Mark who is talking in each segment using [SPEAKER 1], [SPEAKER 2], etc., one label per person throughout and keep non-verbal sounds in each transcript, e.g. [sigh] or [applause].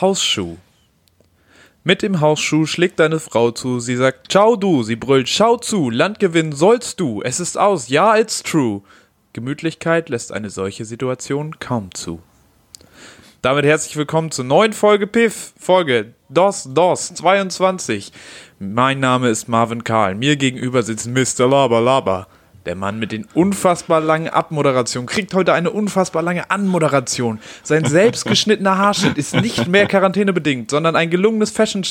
[SPEAKER 1] Hausschuh. Mit dem Hausschuh schlägt deine Frau zu, sie sagt Ciao du, sie brüllt Schau zu, Land gewinnen sollst du, es ist aus, ja, it's true. Gemütlichkeit lässt eine solche Situation kaum zu. Damit herzlich willkommen zur neuen Folge Piff, Folge DOS DOS 22. Mein Name ist Marvin Karl, mir gegenüber sitzt Mr. Laberlaber. Der Mann mit den unfassbar langen Abmoderationen kriegt heute eine unfassbar lange Anmoderation. Sein selbstgeschnittener Haarschnitt ist nicht mehr quarantänebedingt, sondern ein gelungenes Fashion...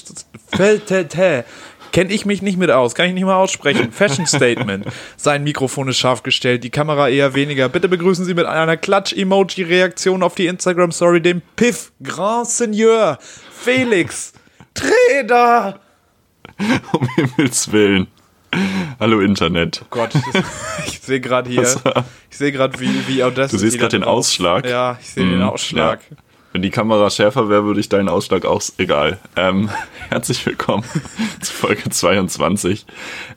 [SPEAKER 1] Feltete. Kenne ich mich nicht mit aus, kann ich nicht mal aussprechen. Fashion Statement. Sein Mikrofon ist scharf gestellt, die Kamera eher weniger. Bitte begrüßen Sie mit einer Klatsch-Emoji-Reaktion auf die Instagram-Story den Piff Grand Seigneur Felix Treder.
[SPEAKER 2] Um Himmels Willen. Hallo Internet.
[SPEAKER 1] Gott, das, [laughs] ich sehe gerade hier, ich sehe gerade, wie, wie Audacity.
[SPEAKER 2] Du siehst gerade den Ausschlag.
[SPEAKER 1] Ja, ich sehe den
[SPEAKER 2] Mhm,
[SPEAKER 1] Ausschlag.
[SPEAKER 2] ja. Wenn die Kamera schärfer wäre, würde ich deinen Ausschlag auch. Egal. Ähm, [laughs] herzlich willkommen [laughs] zu Folge 22.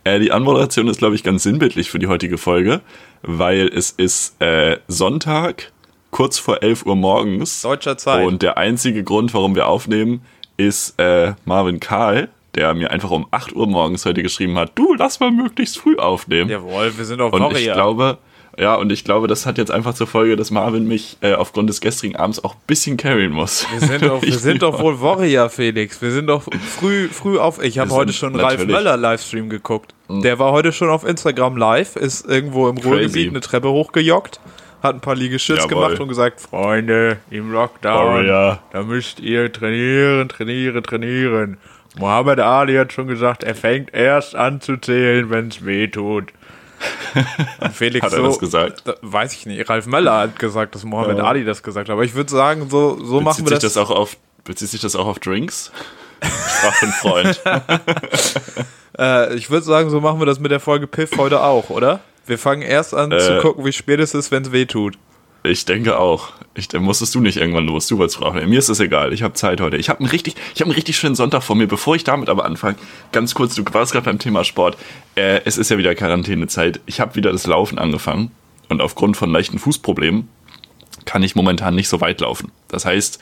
[SPEAKER 2] Äh, die Anmoderation ist, glaube ich, ganz sinnbildlich für die heutige Folge, weil es ist äh, Sonntag, kurz vor 11 Uhr morgens.
[SPEAKER 1] Deutscher Zeit.
[SPEAKER 2] Und der einzige Grund, warum wir aufnehmen, ist äh, Marvin Karl, der mir einfach um 8 Uhr morgens heute geschrieben hat: Du, lass mal möglichst früh aufnehmen.
[SPEAKER 1] Jawohl, wir sind auf
[SPEAKER 2] Und ich
[SPEAKER 1] Warrior.
[SPEAKER 2] glaube, ja, und ich glaube, das hat jetzt einfach zur Folge, dass Marvin mich äh, aufgrund des gestrigen Abends auch ein bisschen carryen muss.
[SPEAKER 1] Wir
[SPEAKER 2] [laughs]
[SPEAKER 1] sind doch, wir
[SPEAKER 2] Ich
[SPEAKER 1] sind doch
[SPEAKER 2] liebe-
[SPEAKER 1] wohl Warrior, Felix. Wir sind doch früh, früh auf. Ich habe
[SPEAKER 2] Wir
[SPEAKER 1] heute
[SPEAKER 2] sind
[SPEAKER 1] schon einen Ralf
[SPEAKER 2] natürlich- Mm.
[SPEAKER 1] Möller Livestream geguckt. Der war heute schon auf Instagram live, ist irgendwo im Ruhrgebiet eine Treppe hochgejoggt, hat ein paar Liegestütze
[SPEAKER 2] Jawohl.
[SPEAKER 1] gemacht und gesagt, Freunde, im Lockdown,
[SPEAKER 2] Warrior.
[SPEAKER 1] da müsst ihr trainieren, trainieren, trainieren. Mohammed Ali hat schon gesagt, er fängt erst an zu zählen, wenn es weh
[SPEAKER 2] [laughs]
[SPEAKER 1] tut. Und Felix
[SPEAKER 2] Hat er
[SPEAKER 1] so,
[SPEAKER 2] das gesagt?
[SPEAKER 1] Da, weiß ich nicht. Ralf Möller hat gesagt, dass Mohammed Ali das gesagt hat. Aber ich würde sagen, so, so machen
[SPEAKER 2] Bezieht
[SPEAKER 1] wir
[SPEAKER 2] sich
[SPEAKER 1] das.
[SPEAKER 2] das auch auf, bezieht sich das auch auf Drinks?
[SPEAKER 1] [laughs]
[SPEAKER 2] Sprach ein Freund.
[SPEAKER 1] Äh, ich würde sagen, so machen wir das mit der Folge Piff heute auch, oder? Wir fangen erst an
[SPEAKER 2] Äh.
[SPEAKER 1] zu gucken, wie spät es ist, wenn es weh tut.
[SPEAKER 2] Ich denke auch. Ich, dann musstest du nicht irgendwann los. Du wolltest brauchen. Mir ist es egal. Ich habe Zeit heute. Ich habe einen richtig, ich habe einen richtig schönen Sonntag vor mir. Bevor ich damit aber anfange, ganz kurz. Du warst gerade beim Thema Sport. Äh, es ist ja wieder Quarantänezeit. Ich habe wieder das Laufen angefangen und aufgrund von leichten Fußproblemen kann ich momentan nicht so weit laufen. Das heißt,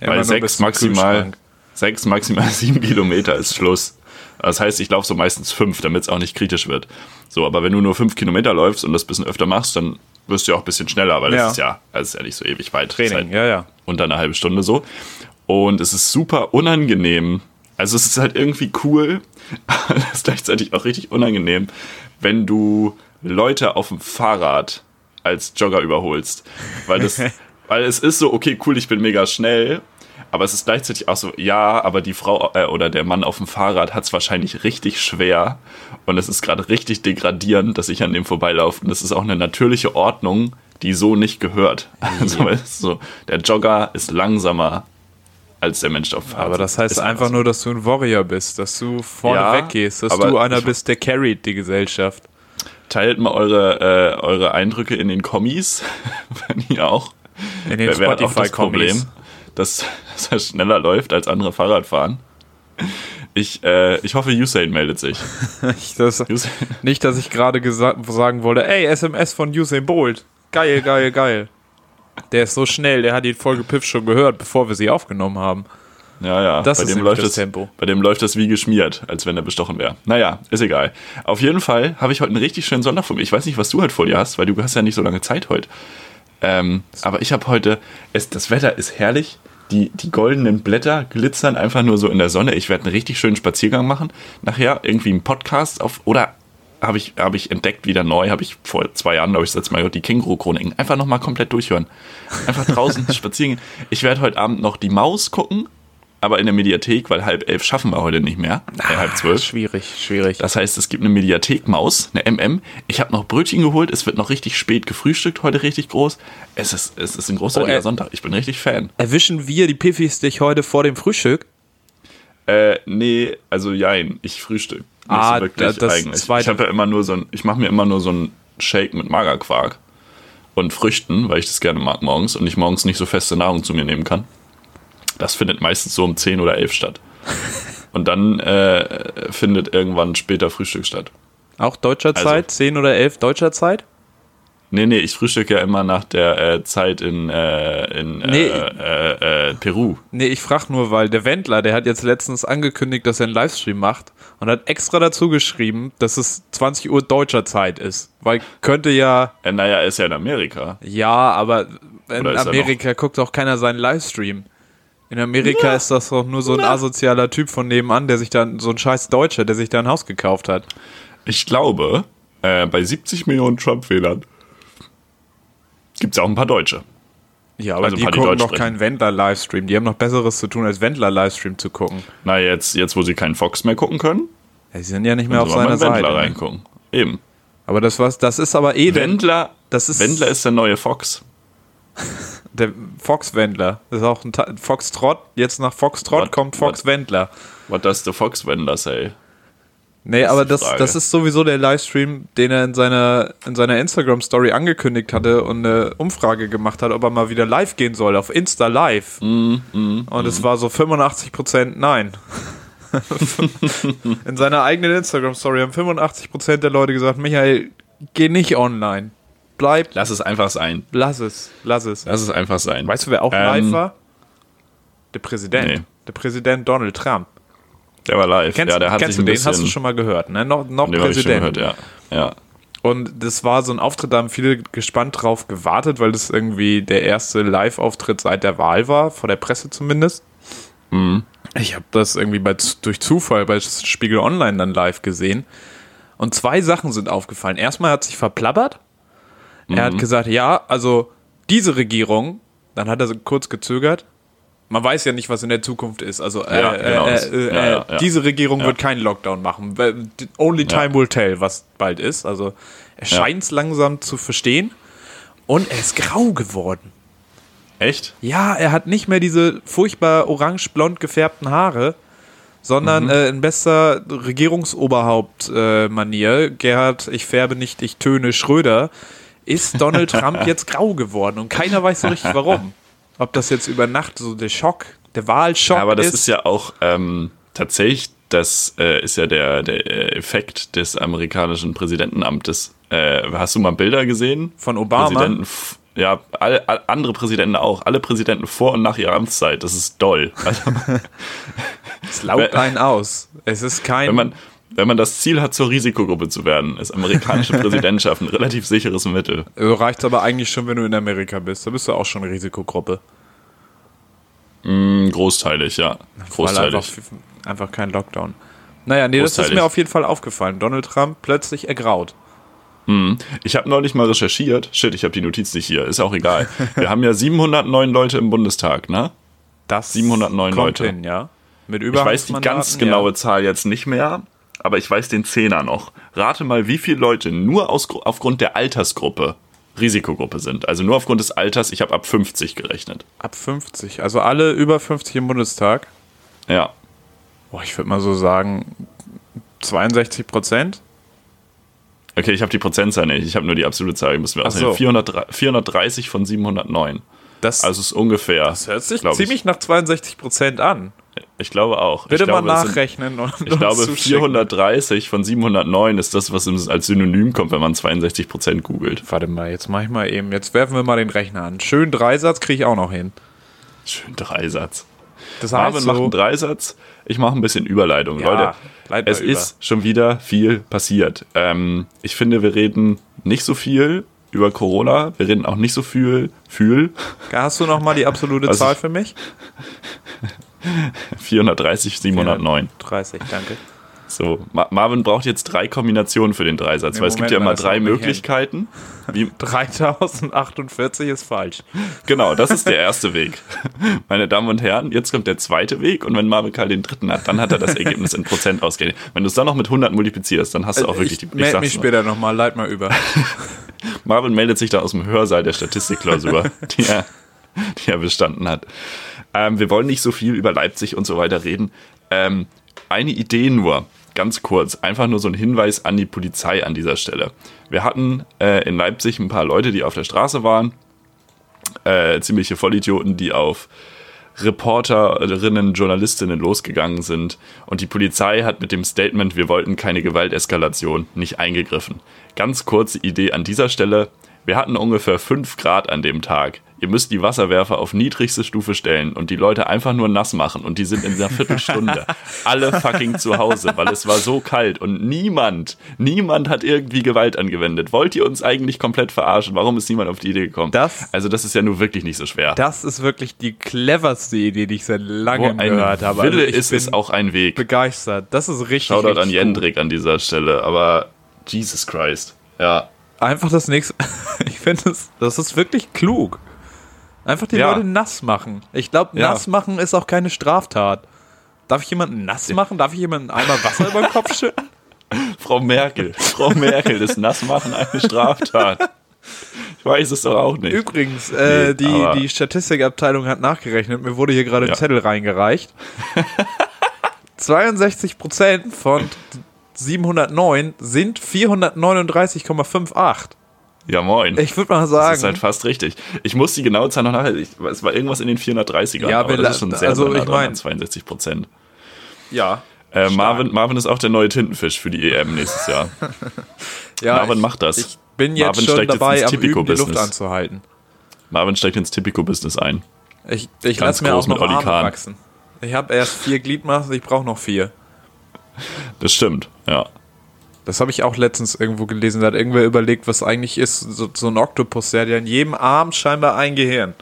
[SPEAKER 1] Immer nur
[SPEAKER 2] bei
[SPEAKER 1] bis
[SPEAKER 2] sechs
[SPEAKER 1] zum
[SPEAKER 2] maximal,
[SPEAKER 1] Kühlschrank.
[SPEAKER 2] sechs maximal [laughs] sieben Kilometer ist Schluss. Das heißt, ich laufe so meistens fünf, damit es auch nicht kritisch wird. So, aber wenn du nur fünf Kilometer läufst und das ein bisschen öfter machst, dann wirst du ja auch ein bisschen schneller, weil das
[SPEAKER 1] Ja.
[SPEAKER 2] ist ja, das ist ja nicht so ewig weit.
[SPEAKER 1] Training,
[SPEAKER 2] Zeit
[SPEAKER 1] ja, ja.
[SPEAKER 2] unter einer halben Stunde so. Und es ist super unangenehm. Also es ist halt irgendwie cool, [laughs] aber es ist gleichzeitig auch richtig unangenehm, wenn du Leute auf dem Fahrrad als Jogger überholst.
[SPEAKER 1] [laughs]
[SPEAKER 2] Weil, das, weil es ist so, okay, cool, ich bin mega schnell, aber es ist gleichzeitig auch so, ja, aber die Frau äh, oder der Mann auf dem Fahrrad hat es wahrscheinlich richtig schwer und es ist gerade richtig degradierend, dass ich an dem vorbeilaufe. Und das ist auch eine natürliche Ordnung, die so nicht gehört. Also, weil es [laughs] so, der Jogger ist langsamer als der Mensch auf dem Fahrrad.
[SPEAKER 1] Aber das heißt
[SPEAKER 2] Also, Ist
[SPEAKER 1] einfach nur, dass du ein Warrior bist, dass du vorne
[SPEAKER 2] Ja,
[SPEAKER 1] weggehst, dass
[SPEAKER 2] aber
[SPEAKER 1] du einer
[SPEAKER 2] ich-
[SPEAKER 1] bist, der carried die Gesellschaft.
[SPEAKER 2] Teilt mal eure, äh, eure Eindrücke in den Kommis, [laughs] wenn ihr auch.
[SPEAKER 1] In den
[SPEAKER 2] Wer hat auch das
[SPEAKER 1] Spotify-Kommis.
[SPEAKER 2] Problem, dass, [laughs] dass er schneller läuft als andere Fahrradfahren? Ich, äh, ich hoffe, Usain meldet sich.
[SPEAKER 1] Ich- das-
[SPEAKER 2] Usain,
[SPEAKER 1] Nicht, dass ich gerade gesa- sagen wollte, ey, SMS von Usain Bolt. Geil, geil, geil. Der ist so schnell, der hat die Folge Piff schon gehört, bevor wir sie aufgenommen haben.
[SPEAKER 2] Ja, ja.
[SPEAKER 1] Das
[SPEAKER 2] bei
[SPEAKER 1] ist
[SPEAKER 2] dem
[SPEAKER 1] nämlich
[SPEAKER 2] läuft
[SPEAKER 1] das
[SPEAKER 2] es-
[SPEAKER 1] Tempo.
[SPEAKER 2] Bei dem läuft das wie geschmiert, als wenn er bestochen wäre. Naja, ist egal. Auf jeden Fall habe ich heute einen richtig schönen Sonntag vor mir. Ich weiß nicht, was du heute vor dir hast, weil du hast ja nicht so lange Zeit heute. Ähm, aber ich habe heute, es, das Wetter ist herrlich. Die, die goldenen Blätter glitzern einfach nur so in der Sonne. Ich werde einen richtig schönen Spaziergang machen. Nachher irgendwie einen Podcast auf oder habe ich, habe ich entdeckt wieder neu, habe ich vor zwei Jahren, glaube ich, das letzte Mal gehört, die Känguru-Chroniken. Einfach nochmal komplett durchhören. Einfach draußen spazieren. gehen. Ich werde heute Abend noch die Maus gucken, aber in der Mediathek, weil halb elf schaffen wir heute nicht mehr. Äh, halb zwölf.
[SPEAKER 1] Schwierig, schwierig.
[SPEAKER 2] Das heißt, es gibt eine Mediathekmaus, eine MM. Ich habe noch Brötchen geholt. Es wird noch richtig spät gefrühstückt, heute richtig groß. Es ist, es ist ein großartiger
[SPEAKER 1] Oh, äh.
[SPEAKER 2] Sonntag. Ich bin richtig Fan.
[SPEAKER 1] Erwischen wir die Piffis dich heute vor dem Frühstück?
[SPEAKER 2] Äh, nee, also jein. Ich frühstück. Nicht
[SPEAKER 1] Ah,
[SPEAKER 2] so wirklich
[SPEAKER 1] das
[SPEAKER 2] eigentlich.
[SPEAKER 1] zweite-
[SPEAKER 2] Ich habe ja immer nur so ein, ich mache mir immer nur so einen Shake mit Magerquark und Früchten, weil ich das gerne mag morgens und ich morgens nicht so feste Nahrung zu mir nehmen kann. Das findet meistens so um 10 oder
[SPEAKER 1] [laughs]
[SPEAKER 2] 11 statt. Und dann äh, findet irgendwann später Frühstück statt.
[SPEAKER 1] Auch deutscher
[SPEAKER 2] Also-
[SPEAKER 1] Zeit? 10 oder 11 deutscher Zeit?
[SPEAKER 2] Nee, nee, ich frühstücke ja immer nach der äh, Zeit in, äh, in äh,
[SPEAKER 1] Nee.
[SPEAKER 2] äh, äh, Peru.
[SPEAKER 1] Nee, ich frage nur, weil der Wendler, der hat jetzt letztens angekündigt, dass er einen Livestream macht und hat extra dazu geschrieben, dass es 20 Uhr deutscher Zeit ist. Weil könnte ja,
[SPEAKER 2] Äh, naja, ist ja in Amerika.
[SPEAKER 1] ja, aber in
[SPEAKER 2] Oder ist er
[SPEAKER 1] Amerika guckt auch keiner seinen Livestream. In Amerika ist das doch nur so ein asozialer Typ von nebenan, der sich dann, so ein scheiß Deutscher, der sich da ein Haus gekauft hat.
[SPEAKER 2] Ich glaube, äh, bei 70 Millionen Trump-Wählern gibt es auch ein paar Deutsche.
[SPEAKER 1] Ja, aber
[SPEAKER 2] Also ein
[SPEAKER 1] die
[SPEAKER 2] paar, die
[SPEAKER 1] gucken
[SPEAKER 2] Deutsch
[SPEAKER 1] doch
[SPEAKER 2] sprechen.
[SPEAKER 1] keinen Wendler-Livestream. Die haben noch Besseres zu tun, als Wendler-Livestream zu gucken.
[SPEAKER 2] Na, jetzt, jetzt wo sie keinen Fox mehr gucken können,
[SPEAKER 1] Ja, sie sind ja nicht mehr auf
[SPEAKER 2] sollen wir
[SPEAKER 1] seiner
[SPEAKER 2] mal in Wendler
[SPEAKER 1] Seite. ne?
[SPEAKER 2] reingucken. Eben.
[SPEAKER 1] Aber das was, das ist aber eh der-
[SPEAKER 2] Wendler,
[SPEAKER 1] das ist-
[SPEAKER 2] Wendler ist der neue Fox.
[SPEAKER 1] der Fox-Wendler. Das ist auch ein Ta Foxtrot. Jetzt nach Foxtrot
[SPEAKER 2] What-
[SPEAKER 1] kommt Fox-Wendler.
[SPEAKER 2] What does the Fox Wendler say?
[SPEAKER 1] Nee, aber das,
[SPEAKER 2] Frage.
[SPEAKER 1] das ist sowieso der Livestream, den er in seiner, in seiner Instagram-Story angekündigt hatte und eine Umfrage gemacht hat, ob er mal wieder live gehen soll, auf Insta Live.
[SPEAKER 2] Mm,
[SPEAKER 1] und es war so 85%
[SPEAKER 2] [laughs]
[SPEAKER 1] Nein. in seiner eigenen Instagram-Story haben 85% der Leute gesagt, Michael, geh nicht online. Bleib,
[SPEAKER 2] Lass es einfach sein.
[SPEAKER 1] lass es, lass es.
[SPEAKER 2] Lass es einfach sein.
[SPEAKER 1] Weißt du, wer auch
[SPEAKER 2] Ähm,
[SPEAKER 1] live war? Der Präsident.
[SPEAKER 2] nee.
[SPEAKER 1] Der Präsident Donald Trump.
[SPEAKER 2] Der war live.
[SPEAKER 1] Kennst,
[SPEAKER 2] ja, der hat
[SPEAKER 1] kennst
[SPEAKER 2] sich ein
[SPEAKER 1] du den?
[SPEAKER 2] bisschen,
[SPEAKER 1] Hast du schon mal gehört, ne? Noch, noch
[SPEAKER 2] den hab ich schon
[SPEAKER 1] Präsident.
[SPEAKER 2] gehört, ja. ja.
[SPEAKER 1] Und das war so ein Auftritt, da haben viele gespannt drauf gewartet, weil das irgendwie der erste Live-Auftritt seit der Wahl war, vor der Presse zumindest.
[SPEAKER 2] Mhm.
[SPEAKER 1] Ich habe das irgendwie bei, durch Zufall bei Spiegel Online dann live gesehen. Und zwei Sachen sind aufgefallen. Erstmal hat sich verplappert. Er
[SPEAKER 2] Mhm.
[SPEAKER 1] hat gesagt, ja, also diese Regierung, dann hat er so kurz gezögert. Man weiß ja nicht, was in der Zukunft ist. Also äh,
[SPEAKER 2] Ja, genau.
[SPEAKER 1] äh, äh, äh,
[SPEAKER 2] Ja, ja, ja.
[SPEAKER 1] diese Regierung wird keinen Lockdown machen. Weil Only time will tell, was bald ist. Also er scheint es langsam zu verstehen. Und er ist grau geworden.
[SPEAKER 2] Echt?
[SPEAKER 1] Ja, er hat nicht mehr diese furchtbar orange-blond gefärbten Haare, sondern
[SPEAKER 2] Mhm.
[SPEAKER 1] äh, in bester Regierungsoberhaupt-Manier, äh, Manier, Gerhard, ich färbe nicht, ich töne Schröder, ist Donald
[SPEAKER 2] [laughs]
[SPEAKER 1] Trump jetzt grau geworden und keiner weiß so richtig warum. Ob das jetzt über Nacht so der Schock, der Wahlschock
[SPEAKER 2] Aber das
[SPEAKER 1] ist.
[SPEAKER 2] ist, ja auch ähm, tatsächlich, das äh, ist ja der, der äh, Effekt des amerikanischen Präsidentenamtes. Äh, hast du mal Bilder gesehen?
[SPEAKER 1] Von Obama?
[SPEAKER 2] Präsidenten, f- ja, alle, alle, andere Präsidenten auch. Alle Präsidenten vor und nach ihrer Amtszeit. Das ist doll. Also,
[SPEAKER 1] es laugt einen aus. Es ist kein.
[SPEAKER 2] wenn, man, [laughs] wenn man das Ziel hat, zur Risikogruppe zu werden, ist
[SPEAKER 1] [laughs]
[SPEAKER 2] amerikanische Präsidentschaft ein relativ sicheres Mittel.
[SPEAKER 1] reicht Äh, aber eigentlich schon, wenn du in Amerika bist. Da bist du auch schon Risikogruppe.
[SPEAKER 2] Mm, Großteilig, ja.
[SPEAKER 1] Weil
[SPEAKER 2] Großteilig.
[SPEAKER 1] einfach, einfach kein Lockdown. Naja, nee, das ist
[SPEAKER 2] Großteilig.
[SPEAKER 1] mir auf jeden Fall aufgefallen. Donald Trump plötzlich ergraut.
[SPEAKER 2] Ich habe neulich mal recherchiert. Shit, ich habe die Notiz nicht hier. Ist auch
[SPEAKER 1] [laughs]
[SPEAKER 2] egal. Wir haben ja 709 Leute im Bundestag, ne?
[SPEAKER 1] Das
[SPEAKER 2] 709
[SPEAKER 1] kommt
[SPEAKER 2] Leute.
[SPEAKER 1] Hin, ja. Mit
[SPEAKER 2] Ich weiß die ganz genaue Zahl jetzt nicht mehr, aber ich weiß den Zehner noch. Rate mal, wie viele Leute nur aus, aufgrund der Altersgruppe Risikogruppe sind. Also nur aufgrund des Alters. Ich habe ab 50 gerechnet.
[SPEAKER 1] Ja. Ab 50. Also alle über 50 im Bundestag.
[SPEAKER 2] Ja.
[SPEAKER 1] Boah, ich würde mal so sagen 62 Prozent.
[SPEAKER 2] Okay, ich habe die Prozentzahl nicht. Ich habe nur die absolute Zahl. Die Müssen wir
[SPEAKER 1] so.
[SPEAKER 2] ausrechnen. 400, 430 von 709.
[SPEAKER 1] Das,
[SPEAKER 2] Also es ist ungefähr.
[SPEAKER 1] das hört sich
[SPEAKER 2] glaub
[SPEAKER 1] ziemlich nach 62 Prozent an.
[SPEAKER 2] Ich, ich glaube auch.
[SPEAKER 1] Bitte
[SPEAKER 2] ich glaube,
[SPEAKER 1] mal
[SPEAKER 2] es sind-
[SPEAKER 1] nachrechnen. Und
[SPEAKER 2] Ich glaube, 430 von 709 ist das, was im- als Synonym kommt, wenn man 62% googelt.
[SPEAKER 1] Warte mal, jetzt mach ich mal eben. Jetzt werfen wir mal den Rechner an. Schön Dreisatz kriege ich auch noch hin.
[SPEAKER 2] Schön Dreisatz.
[SPEAKER 1] Das
[SPEAKER 2] Marvin
[SPEAKER 1] heißt
[SPEAKER 2] macht einen
[SPEAKER 1] so,
[SPEAKER 2] Dreisatz. Ich mache ein bisschen Überleitung.
[SPEAKER 1] Also- Ja,
[SPEAKER 2] Leute,
[SPEAKER 1] leit mal
[SPEAKER 2] es
[SPEAKER 1] über.
[SPEAKER 2] ist schon wieder viel passiert. Ähm, ich finde, wir reden nicht so viel über Corona. Wir reden auch nicht so viel, [laughs] viel
[SPEAKER 1] hast du noch mal die absolute
[SPEAKER 2] Also-
[SPEAKER 1] Zahl für mich?
[SPEAKER 2] 430, 709.
[SPEAKER 1] 30, [laughs] danke.
[SPEAKER 2] So, Ma Marvin braucht jetzt drei Kombinationen für den Dreisatz,
[SPEAKER 1] Nee,
[SPEAKER 2] weil es gibt
[SPEAKER 1] Moment
[SPEAKER 2] ja
[SPEAKER 1] mal,
[SPEAKER 2] immer
[SPEAKER 1] das
[SPEAKER 2] drei
[SPEAKER 1] haut nicht hin.
[SPEAKER 2] Möglichkeiten. Wie,
[SPEAKER 1] 3048 ist falsch.
[SPEAKER 2] Genau, das ist der erste Weg. [laughs] Meine Damen und Herren, jetzt kommt der zweite Weg und wenn Marvin Karl den dritten hat, dann hat er das Ergebnis in Prozent ausgerechnet. Wenn du es dann noch mit 100 multiplizierst, dann hast du auch wirklich
[SPEAKER 1] Also ich
[SPEAKER 2] die... Ich
[SPEAKER 1] meld mich
[SPEAKER 2] sag's nur.
[SPEAKER 1] später nochmal, leit mal über.
[SPEAKER 2] Marvin meldet sich da aus dem Hörsaal der Statistikklausur, die, er, die er bestanden hat. Ähm, wir wollen nicht so viel über Leipzig und so weiter reden. Ähm, eine Idee nur, ganz kurz, einfach nur so ein Hinweis an die Polizei an dieser Stelle. Wir hatten äh, in Leipzig ein paar Leute, die auf der Straße waren, äh, ziemliche Vollidioten, die auf Reporterinnen, Journalistinnen losgegangen sind und die Polizei hat mit dem Statement, wir wollten keine Gewalteskalation, nicht eingegriffen. Ganz kurze Idee an dieser Stelle, Wir hatten ungefähr 5 Grad an dem Tag. Ihr müsst die Wasserwerfer auf niedrigste Stufe stellen und die Leute einfach nur nass machen. Und die sind in einer Viertelstunde alle fucking zu Hause, weil es war so kalt und niemand, niemand hat irgendwie Gewalt angewendet. Wollt ihr uns eigentlich komplett verarschen? Warum ist niemand auf die Idee gekommen?
[SPEAKER 1] Das-
[SPEAKER 2] also, das ist ja nun wirklich nicht so schwer.
[SPEAKER 1] Das ist wirklich die cleverste Idee, die ich seit
[SPEAKER 2] Wo
[SPEAKER 1] langem
[SPEAKER 2] ein
[SPEAKER 1] gehört habe. Also
[SPEAKER 2] Wille
[SPEAKER 1] ich
[SPEAKER 2] ist, ist auch ein Weg.
[SPEAKER 1] begeistert. Das ist richtig.
[SPEAKER 2] Shoutout
[SPEAKER 1] richtig
[SPEAKER 2] an Jendrik an dieser Stelle, aber Jesus Christ. Ja.
[SPEAKER 1] gut. Einfach das nächste. [laughs] ich finde das, das ist wirklich klug. Einfach die
[SPEAKER 2] Ja.
[SPEAKER 1] Leute nass machen. Ich glaube,
[SPEAKER 2] Ja.
[SPEAKER 1] nass machen ist auch keine Straftat. Darf ich jemanden nass machen? Darf ich jemanden einmal Wasser über den
[SPEAKER 2] [laughs]
[SPEAKER 1] Kopf schütten?
[SPEAKER 2] Frau Merkel. Frau Merkel, das Nassmachen eine Straftat. Ich weiß es doch auch nicht.
[SPEAKER 1] Übrigens, äh,
[SPEAKER 2] Nee, aber-
[SPEAKER 1] die, die Statistikabteilung hat nachgerechnet. Mir wurde hier gerade
[SPEAKER 2] Ja.
[SPEAKER 1] ein Zettel
[SPEAKER 2] [laughs]
[SPEAKER 1] reingereicht. 62% von 709 sind 439,58.
[SPEAKER 2] Ja, moin.
[SPEAKER 1] Ich würde mal
[SPEAKER 2] das
[SPEAKER 1] sagen,
[SPEAKER 2] ist halt fast richtig. Ich muss die genaue Zahl noch nachher. Ich, es war irgendwas in den 430ern,
[SPEAKER 1] Ja,
[SPEAKER 2] aber
[SPEAKER 1] wir
[SPEAKER 2] das ist schon
[SPEAKER 1] la-
[SPEAKER 2] sehr,
[SPEAKER 1] also
[SPEAKER 2] sehr nah
[SPEAKER 1] ich
[SPEAKER 2] dran
[SPEAKER 1] mein-
[SPEAKER 2] an 62 Prozent.
[SPEAKER 1] ja.
[SPEAKER 2] Äh, Marvin, Marvin ist auch der neue Tintenfisch für die EM nächstes [laughs] Jahr.
[SPEAKER 1] ja
[SPEAKER 2] Marvin macht das.
[SPEAKER 1] Ich bin jetzt
[SPEAKER 2] Marvin
[SPEAKER 1] schon
[SPEAKER 2] steigt jetzt
[SPEAKER 1] dabei,
[SPEAKER 2] ins
[SPEAKER 1] am Üben die Luft
[SPEAKER 2] Tipico-Business.
[SPEAKER 1] anzuhalten.
[SPEAKER 2] Marvin steigt ins Tipico-Business ein.
[SPEAKER 1] Ich, ich
[SPEAKER 2] Ganz
[SPEAKER 1] lasse mir auch
[SPEAKER 2] groß
[SPEAKER 1] noch
[SPEAKER 2] mit Olli
[SPEAKER 1] Arme
[SPEAKER 2] Kahn.
[SPEAKER 1] wachsen. Ich habe erst vier Gliedmaßen, ich brauche noch vier.
[SPEAKER 2] Das stimmt, ja.
[SPEAKER 1] Das habe ich auch letztens irgendwo gelesen. Da hat irgendwer überlegt, was eigentlich ist. So, so ein Oktopus, der hat ja in jedem Arm scheinbar ein Gehirn.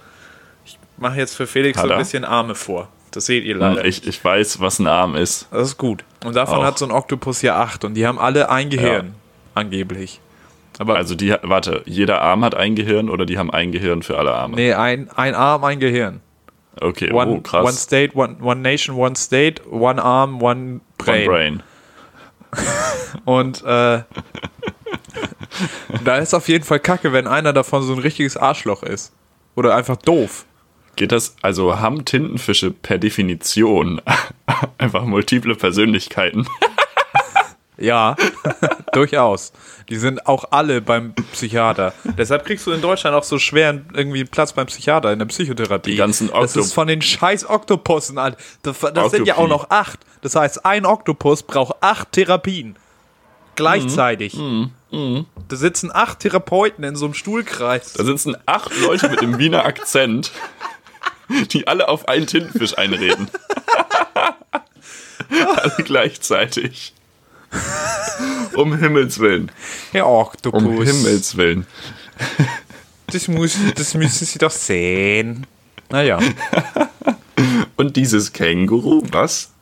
[SPEAKER 1] Ich mache jetzt für Felix
[SPEAKER 2] Hat
[SPEAKER 1] so ein
[SPEAKER 2] er? Hm,
[SPEAKER 1] bisschen Arme vor. Das seht ihr leider.
[SPEAKER 2] Ich, ich weiß, was ein Arm ist.
[SPEAKER 1] das ist gut. Und davon
[SPEAKER 2] Auch.
[SPEAKER 1] hat so ein Oktopus hier acht. Und die haben alle ein Gehirn.
[SPEAKER 2] Ja.
[SPEAKER 1] Angeblich. Aber
[SPEAKER 2] Also die, warte, jeder Arm hat ein Gehirn oder die haben ein Gehirn für alle Arme?
[SPEAKER 1] nee, ein, ein Arm, ein Gehirn.
[SPEAKER 2] Okay,
[SPEAKER 1] One,
[SPEAKER 2] oh, krass.
[SPEAKER 1] one state, one, one nation, one state, one arm, one brain.
[SPEAKER 2] One brain.
[SPEAKER 1] Und äh, [laughs] da ist auf jeden Fall Kacke, wenn einer davon so ein richtiges Arschloch ist. Oder einfach doof.
[SPEAKER 2] Geht das, also haben Tintenfische per Definition [laughs] einfach multiple Persönlichkeiten?
[SPEAKER 1] Ja, [laughs] durchaus. Die sind auch alle beim Psychiater. Deshalb kriegst du in Deutschland auch so schwer irgendwie einen Platz beim Psychiater in der Psychotherapie.
[SPEAKER 2] Die ganzen
[SPEAKER 1] Das
[SPEAKER 2] Okto-
[SPEAKER 1] ist von den scheiß Oktopussen, Alter. Das, das sind ja
[SPEAKER 2] Oktopi.
[SPEAKER 1] auch noch acht. Das heißt, ein Oktopus braucht acht Therapien. Gleichzeitig.
[SPEAKER 2] Mhm.
[SPEAKER 1] Da sitzen acht Therapeuten in so einem Stuhlkreis.
[SPEAKER 2] Da sitzen acht Leute mit dem Wiener Akzent, die alle auf einen Tintenfisch einreden. [laughs] alle gleichzeitig. Um Himmels Willen.
[SPEAKER 1] Herr Oktopus.
[SPEAKER 2] Um Himmels Willen.
[SPEAKER 1] Das, muss, das müssen Sie doch sehen. Naja.
[SPEAKER 2] Und dieses Känguru, was?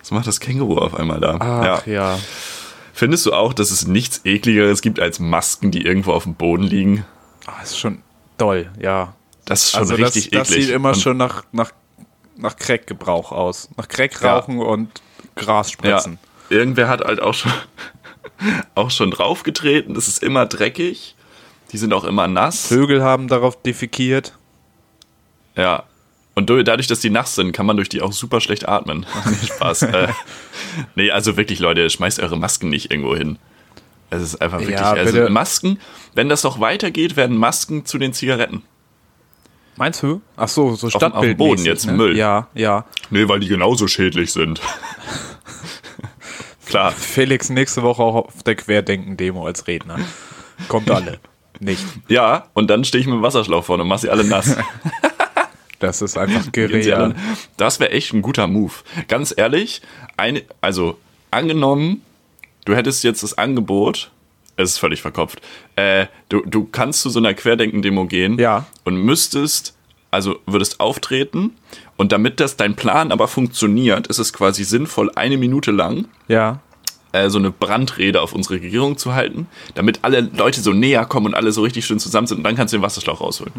[SPEAKER 2] Was macht das Känguru auf einmal da?
[SPEAKER 1] Ach ja.
[SPEAKER 2] Findest du auch, dass es nichts ekligeres gibt als Masken, die irgendwo auf dem Boden liegen?
[SPEAKER 1] Ah, ist schon doll, ja.
[SPEAKER 2] Das ist schon
[SPEAKER 1] also
[SPEAKER 2] richtig
[SPEAKER 1] das, das
[SPEAKER 2] eklig.
[SPEAKER 1] sieht immer
[SPEAKER 2] Und-
[SPEAKER 1] schon nach, nach, nach Crack-Gebrauch aus. Nach Crack rauchen und Gras
[SPEAKER 2] ja,
[SPEAKER 1] spritzen.
[SPEAKER 2] Irgendwer hat halt auch schon, [laughs] auch schon draufgetreten. Das ist immer dreckig. Die sind auch immer nass.
[SPEAKER 1] Vögel haben darauf defekiert.
[SPEAKER 2] Ja. Und du- dadurch, dass die nass sind, kann man durch die auch super
[SPEAKER 1] [laughs]
[SPEAKER 2] schlecht atmen. nee, Spaß. [laughs] äh, nee, also wirklich, Leute, schmeißt eure Masken nicht irgendwo hin. Es ist einfach wirklich.
[SPEAKER 1] Ja,
[SPEAKER 2] also
[SPEAKER 1] bitte.
[SPEAKER 2] Masken, wenn das noch weitergeht, werden Masken zu den Zigaretten.
[SPEAKER 1] Meinst du? Ach so, so
[SPEAKER 2] dem- auf dem
[SPEAKER 1] Stadtbild.
[SPEAKER 2] Boden jetzt
[SPEAKER 1] ne?
[SPEAKER 2] Müll.
[SPEAKER 1] Ja, ja.
[SPEAKER 2] Nee, weil die genauso schädlich sind. [laughs] Klar.
[SPEAKER 1] Felix nächste Woche auch auf der Querdenken-Demo als Redner. Kommt
[SPEAKER 2] [laughs]
[SPEAKER 1] alle. Nicht.
[SPEAKER 2] Ja, und dann stehe ich mit dem Wasserschlauch vorne und mache sie alle nass.
[SPEAKER 1] Das ist einfach
[SPEAKER 2] Gehen sie
[SPEAKER 1] gereal.
[SPEAKER 2] alle- Das wäre echt ein guter Move. Ganz ehrlich, ein, also angenommen, du hättest jetzt das Angebot, es ist völlig verkopft, äh, du, du kannst zu so einer Querdenken-Demo gehen
[SPEAKER 1] Ja.
[SPEAKER 2] und müsstest, also würdest auftreten und damit das dein Plan aber funktioniert, ist es quasi sinnvoll, eine Minute lang
[SPEAKER 1] Ja.
[SPEAKER 2] äh, so eine Brandrede auf unsere Regierung zu halten, damit alle Leute so näher kommen und alle so richtig schön zusammen sind und dann kannst du den Wasserschlauch rausholen.